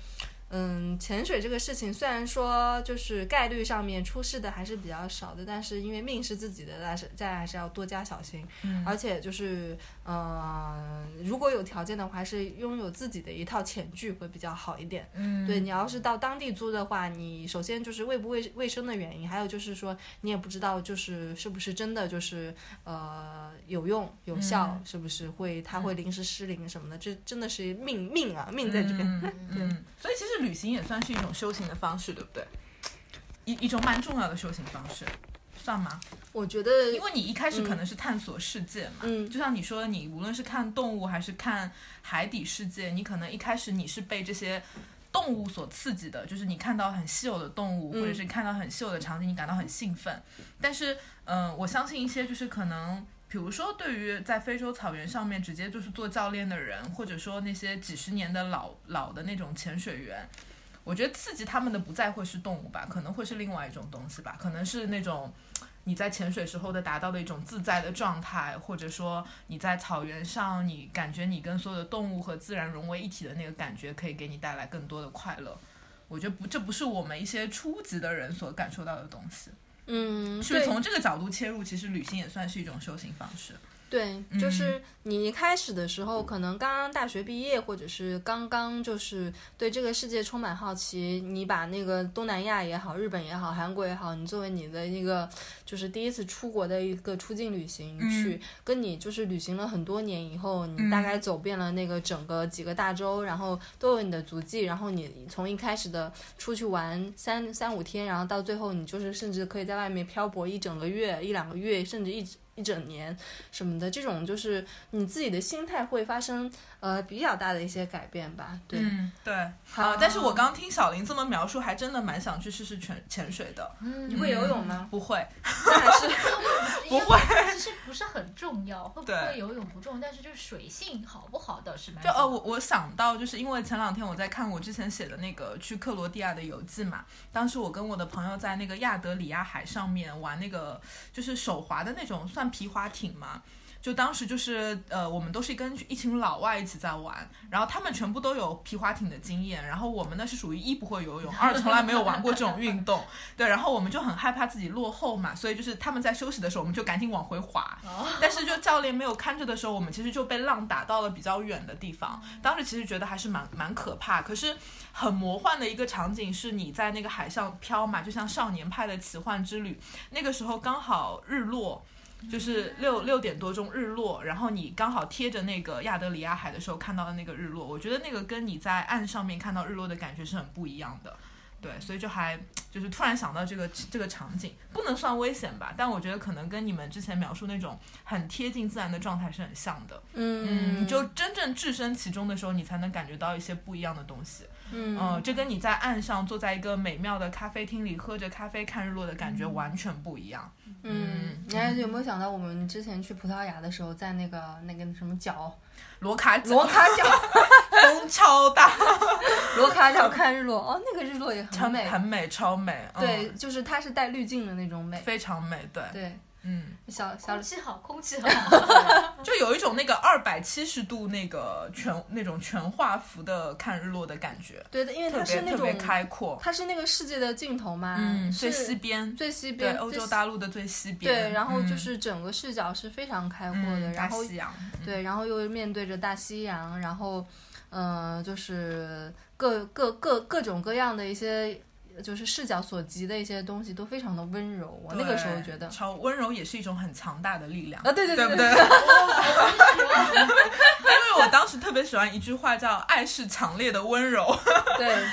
嗯，潜水这个事情虽然说就是概率上面出事的还是比较少的，但是因为命是自己的，但是大家还是要多加小心。
嗯
而且就是呃，如果有条件的话，还是拥有自己的一套潜剧会比较好一点。
嗯，
对你要是到当地租的话，你首先就是卫不卫卫生的原因，还有就是说你也不知道就是是不是真的就是呃有用有效，
嗯
是不是会它会临时失灵什么的，这真的是命命啊命在这边。
嗯 嗯，所以其实旅行也算是一种修行的方式，对不对？一一种蛮重要的修行方式，算吗？
我觉得
因为你一开始可能是探索世界嘛，
嗯
就像你说，你无论是看动物还是看海底世界，你可能一开始你是被这些。动物所刺激的，就是你看到很稀有的动物，或者是看到很稀有的场景，你感到很兴奋。但是，嗯、我相信一些就是可能，比如说对于在非洲草原上面直接就是做教练的人，或者说那些几十年的老老的那种潜水员，我觉得刺激他们的不再会是动物吧，可能会是另外一种东西吧，可能是那种你在潜水时候的达到的一种自在的状态，或者说你在草原上，你感觉你跟所有的动物和自然融为一体的那个感觉，可以给你带来更多的快乐。我觉得不，这不是我们一些初级的人所感受到的东西。
嗯，
所以
对
从这个角度切入，其实旅行也算是一种修行方式。
对，就是你一开始的时候，可能刚刚大学毕业，或者是刚刚就是对这个世界充满好奇，你把那个东南亚也好，日本也好，韩国也好，你作为你的一个就是第一次出国的一个出境旅行
嗯
去，跟你就是旅行了很多年以后，你大概走遍了那个整个几个大洲，然后都有你的足迹，然后你从一开始的出去玩三三五天，然后到最后你就是甚至可以在外面漂泊一整个月、一两个月，甚至一一整年什么的，这种就是你自己的心态会发生呃比较大的一些改变吧。对，
嗯，对。
好
啊，但是我刚听小林这么描述，还真的蛮想去试试潜潜水的。
嗯你会游泳吗？
不会，
那还是
嗯 不会，
其实不是很重要，会不
对
会游泳不重要，但是就是水性好不好倒是蛮
就呃，我我想到，就是因为前两天我在看我之前写的那个去克罗地亚的游记嘛，当时我跟我的朋友在那个亚得里亚海上面玩那个就是手划的那种，算皮划艇嘛。就当时就是呃，我们都是跟一群老外一起在玩，然后他们全部都有皮划艇的经验，然后我们呢是属于一不会游泳，二从来没有玩过这种运动，对，然后我们就很害怕自己落后嘛，所以就是他们在休息的时候，我们就赶紧往回滑，但是就教练没有看着的时候，我们其实就被浪打到了比较远的地方。当时其实觉得还是蛮蛮可怕，可是很魔幻的一个场景是你在那个海上飘嘛，就像少年派的奇幻之旅。那个时候刚好日落。就是六六点多钟日落，然后你刚好贴着那个亚得里亚海的时候看到的那个日落，我觉得那个跟你在岸上面看到日落的感觉是很不一样的，对，所以就还就是突然想到这个这个场景，不能算危险吧，但我觉得可能跟你们之前描述那种很贴近自然的状态是很像的。
嗯，
就真正置身其中的时候，你才能感觉到一些不一样的东西。
嗯
呃这跟你在岸上坐在一个美妙的咖啡厅里喝着咖啡看日落的感觉完全不一样。
嗯，你还有没有想到我们之前去葡萄牙的时候，在那个那个什么角
罗卡角
罗卡角
风超大，
罗卡角看日落，哦，那个日落也很美，
很美，超美，嗯、
对，，就是它是带滤镜的那种美，
非常美，对，
对，
嗯，
小小
空气好，空气好，
就有一种那个二百七十度那个全那种全画幅的看日落的感觉，
对的，因为
特
它
别
是那
特别
种
开阔，
它是那个世界的尽头嘛，
嗯，最
是
西边，
最西边
对，欧
最
洲
西
大陆的最西边，
对，然后就
嗯
是整个视角是非常开阔的，
嗯，
然
大
后
西洋，
对，然后又面对着大西洋，然后，呃，就是各各各各种各样的一些，就是视角所及的一些东西都非常的温柔。我那个时候
对
觉得，
超温柔也是一种很强大的力量，
啊，对对
对不
对
对？因
啊
为我当时特别喜欢一句话叫“爱是强烈的温柔
对，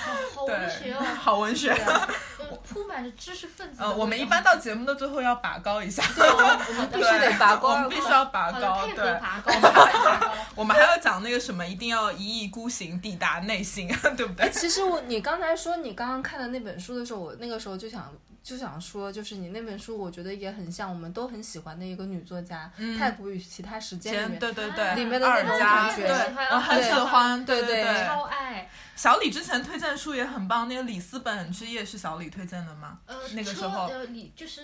好”，文学
对，
哦，
好文学。
啊
呃铺满着知识分子的味
呃，
道。
我们一般到节目的最后要拔高一下，
我们
必须得拔高
我们必须要拔
好的
高，
配合
对。
拔高，配合拔高。
我们还要讲那个什么，一定要一意孤行，抵达内心，啊 对不对？
其实我你刚才说你刚刚看的那本书的时候，我那个时候就想就想说，就是你那本书，我觉得也很像我们都很喜欢的一个女作家，
嗯
太古与其他时间》里
前
面。
对对对，
里面的
二
那种
家，
感觉
对
喜
欢，
我很
对
喜欢， 对
对对
对。
超爱，
小李之前推荐的书也很棒，那个《里斯本之夜》是小李推荐的吗？
呃，
那个时
车
候
呃，李就是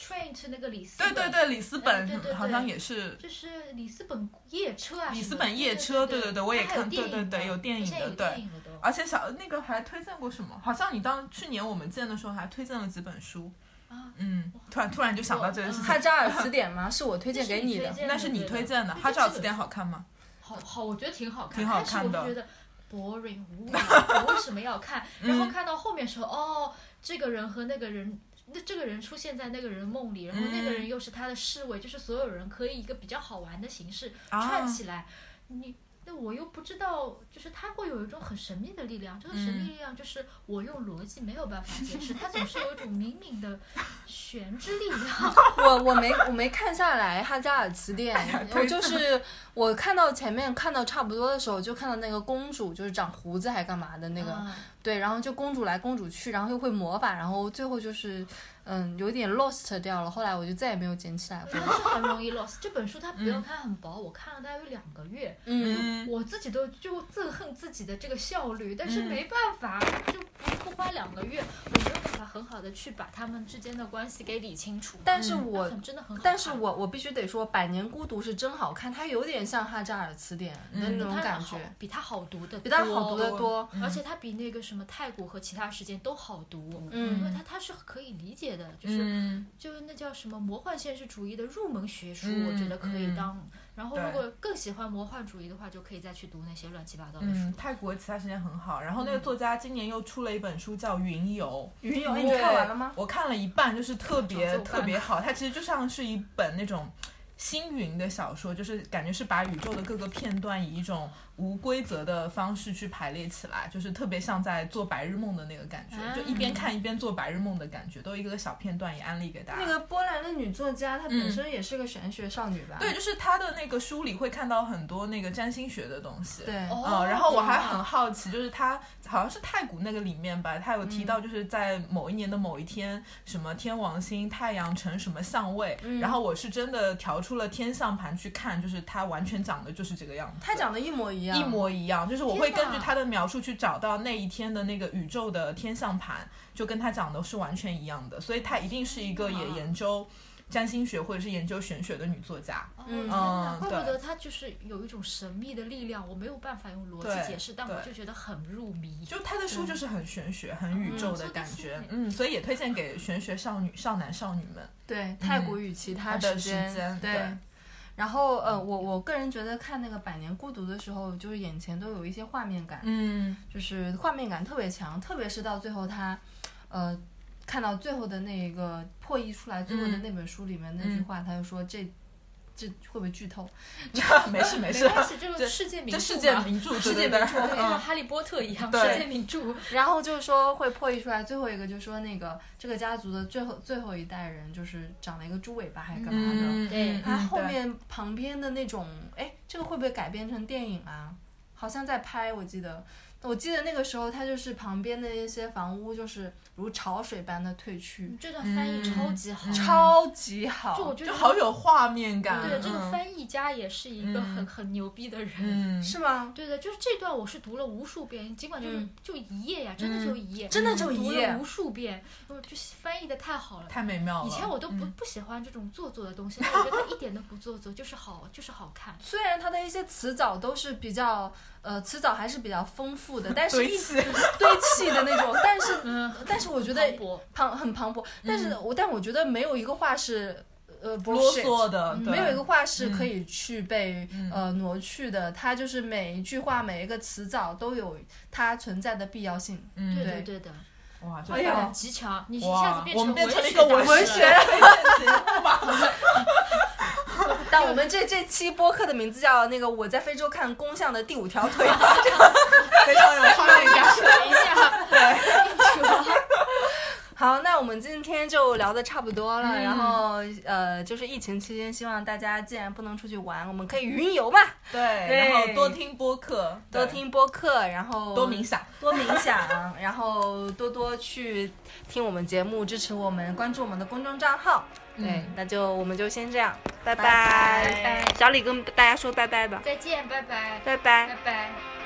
train to 那个里斯
对对，
本，
对，里斯本
嗯对对对
好像也是
就是里斯本夜车啊什么的，
里斯本夜车
对
对对对我也
它还有
看
电
对对
影
对
的
有电影
现在
的
有
对
电影的都
而且小那个还推荐过什么？好像你当去年我们见的时候还推荐了几本书。
啊
嗯，突然突然就想到这件事情
哈。扎尔词典吗？是我推荐给你的
这是
那是
你推荐的
你推荐的，《
对
哈
这
扎尔
个
词典》好看吗？
好好，我觉得挺好看。
挺好看的
开始我就觉得 boring 无聊，我为什么 要看？然后
嗯
看到后面说，哦，这个人和那个人。那这个人出现在那个人梦里，然后那个
嗯
人又是他的侍卫，就是所有人可以一个比较好玩的形式
哦啊
串起来。你那我又不知道，就是他会有一种很神秘的力量，这个神
嗯
秘力量就是我用逻辑没有办法解释，他总是有一种冥冥的玄之力量。
我我没我没看下来《哈加尔词典》，我就是 我看到前面看到差不多的时候，就看到那个公主就是长胡子还干嘛的那个，
嗯
对，然后就公主来公主去，然后又会魔法，然后最后就是嗯有点 lost 掉了，后来我就再也没有捡起来过
真。的是很容易 lost。这本书它不
嗯
要看很薄，我看了大概有两个月，
嗯，
我自己都就憎恨自己的这个效率，但是
嗯
没办法，就不不花两个月，我没有办法很好的去把他们之间的关系给理清楚。
但是我
嗯很真的很好看，
但是我我必须得说，《百年孤独》是真好看，它有点像《哈扎尔词典》的
嗯
那种
它
感
好
觉，
比它好读的
比它好读的多。嗯
而且它比那个什么泰国和其他时间都好读，
嗯
因为它它是可以理解的，就是、
嗯
就是那叫什么魔幻现实主义的入门学书，
嗯
我觉得可以
嗯
当。然后
对
如果更喜欢魔幻主义的话，就可以再去读那些乱七八糟的书嗯
嗯，。泰国其他时间很好。然后那个作家今年又出了一本书叫《云游》，
云游，
对
你看完了吗？
我看了一半，就是特别
找作伴
特别好。它其实就像是一本那种星云的小说，就是感觉是把宇宙的各个片段以一种无规则的方式去排列起来，就是特别像在做白日梦的那个感觉，
啊
就一边看一边做白日梦的感觉，都有一个小片段也安利给大家。
那个波兰的女作家，她本身也是个玄学少女吧？
对，就是他的那个书里会看到很多那个占星学的东西。
对，
哦
嗯，然后我还
懂
很
了
好奇，就是他好像是太古那个里面吧，他有提
嗯
到就是在某一年的某一天，什么天王星太阳成什么相位，
嗯
然后我是真的调出了天象盘去看，就是他完全讲的就是这个样子。
她讲的一模一样，
一模一样，就是我会
天哪
根据他的描述去找到那一天的那个宇宙的天象盘，就跟他讲的是完全一样的，所以他一定是一个也研究占星学或者是研究玄学的女作家。
哦
嗯
天
嗯
哪怪不
对
得它就是有一种神秘的力量，我没有办法用逻
对
辑解释，但我
对
就觉得很入迷。
就他的书就是很玄学、很宇宙的感觉，嗯，所以也推荐给玄学少女、少男少女们。
对，太古与其他时
嗯他的时间
对
对。
然后呃，我我个人觉得看那个《百年孤独》的时候，就是眼前都有一些画面感，
嗯
就是画面感特别强，特别是到最后他，呃，看到最后的那一个破译出来最后的
嗯
那本书里面那句
嗯
话，他就说这这会不会剧透？
没事没
没
事，
关系，这
啊这
个世界名著
这
嘛，
世界 名著，
世
对对
对，
界名著
对
就像哈利波特一样，世
对
界名著。
然后就是说会破译出来，最后一个就说那个这个家族的最后最后一代人就是长了一个猪尾巴还是干嘛的，
嗯，
对
他
嗯
后面旁边的那种，哎，这个会不会改编成电影啊？好像在拍，我记得，我记得那个时候他就是旁边的一些房屋就是如潮水般的退去，
这段翻译超级好，
超
嗯
级
就我
好，
觉
对嗯
得
就好有画面感。
对这个
嗯
翻译家也是一个很、
嗯
很牛逼的人。
嗯，
是吗？
对的，就是这段我是读了无数遍，尽管就是、
嗯
就一页呀，真的
嗯
就一页，
真的就一页
读了无数遍，我就是翻译的太好了。
太美妙了。
以前我都不、
嗯
不喜欢这种做作的东西，但我觉得它一点都不做作，就是好，就是好看。
虽然他的一些词藻都是比较，呃，词藻还是比较丰富的，但是
堆
一
砌，
堆砌的那种，但是
嗯，
但是我觉得
庞博
磅很磅礴，但是我、但我觉得没有一个话是呃
啰
bullshit
嗦的，对嗯
没有一个话是可以去被、呃挪去的，它就是每一句话、每一个词藻都有它存在的必要性。
嗯
对
对
对的，
哇，就
哎
发
呀
展极强，你一下
哇
子，变
我们
成
变成了一
文
个
大
文
师
学推荐节目吧。
但我们这这期播客的名字叫那个我在非洲看公象的第五条 腿。
非常有画面感。
等一 下，
好，那我们今天就聊的差不多了，
嗯
然后呃，就是疫情期间，希望大家既然不能出去玩，我们可以云游嘛，
对，然后多听播客，
多
对，
听播客，然后
多冥想。
多冥想， 然后多多去听我们节目，支持我们，关注我们的公众账号。
嗯
对，那就我们就先这样，拜拜。
拜拜
小李跟大家说拜拜吧，
再见，拜拜，
拜拜
拜拜。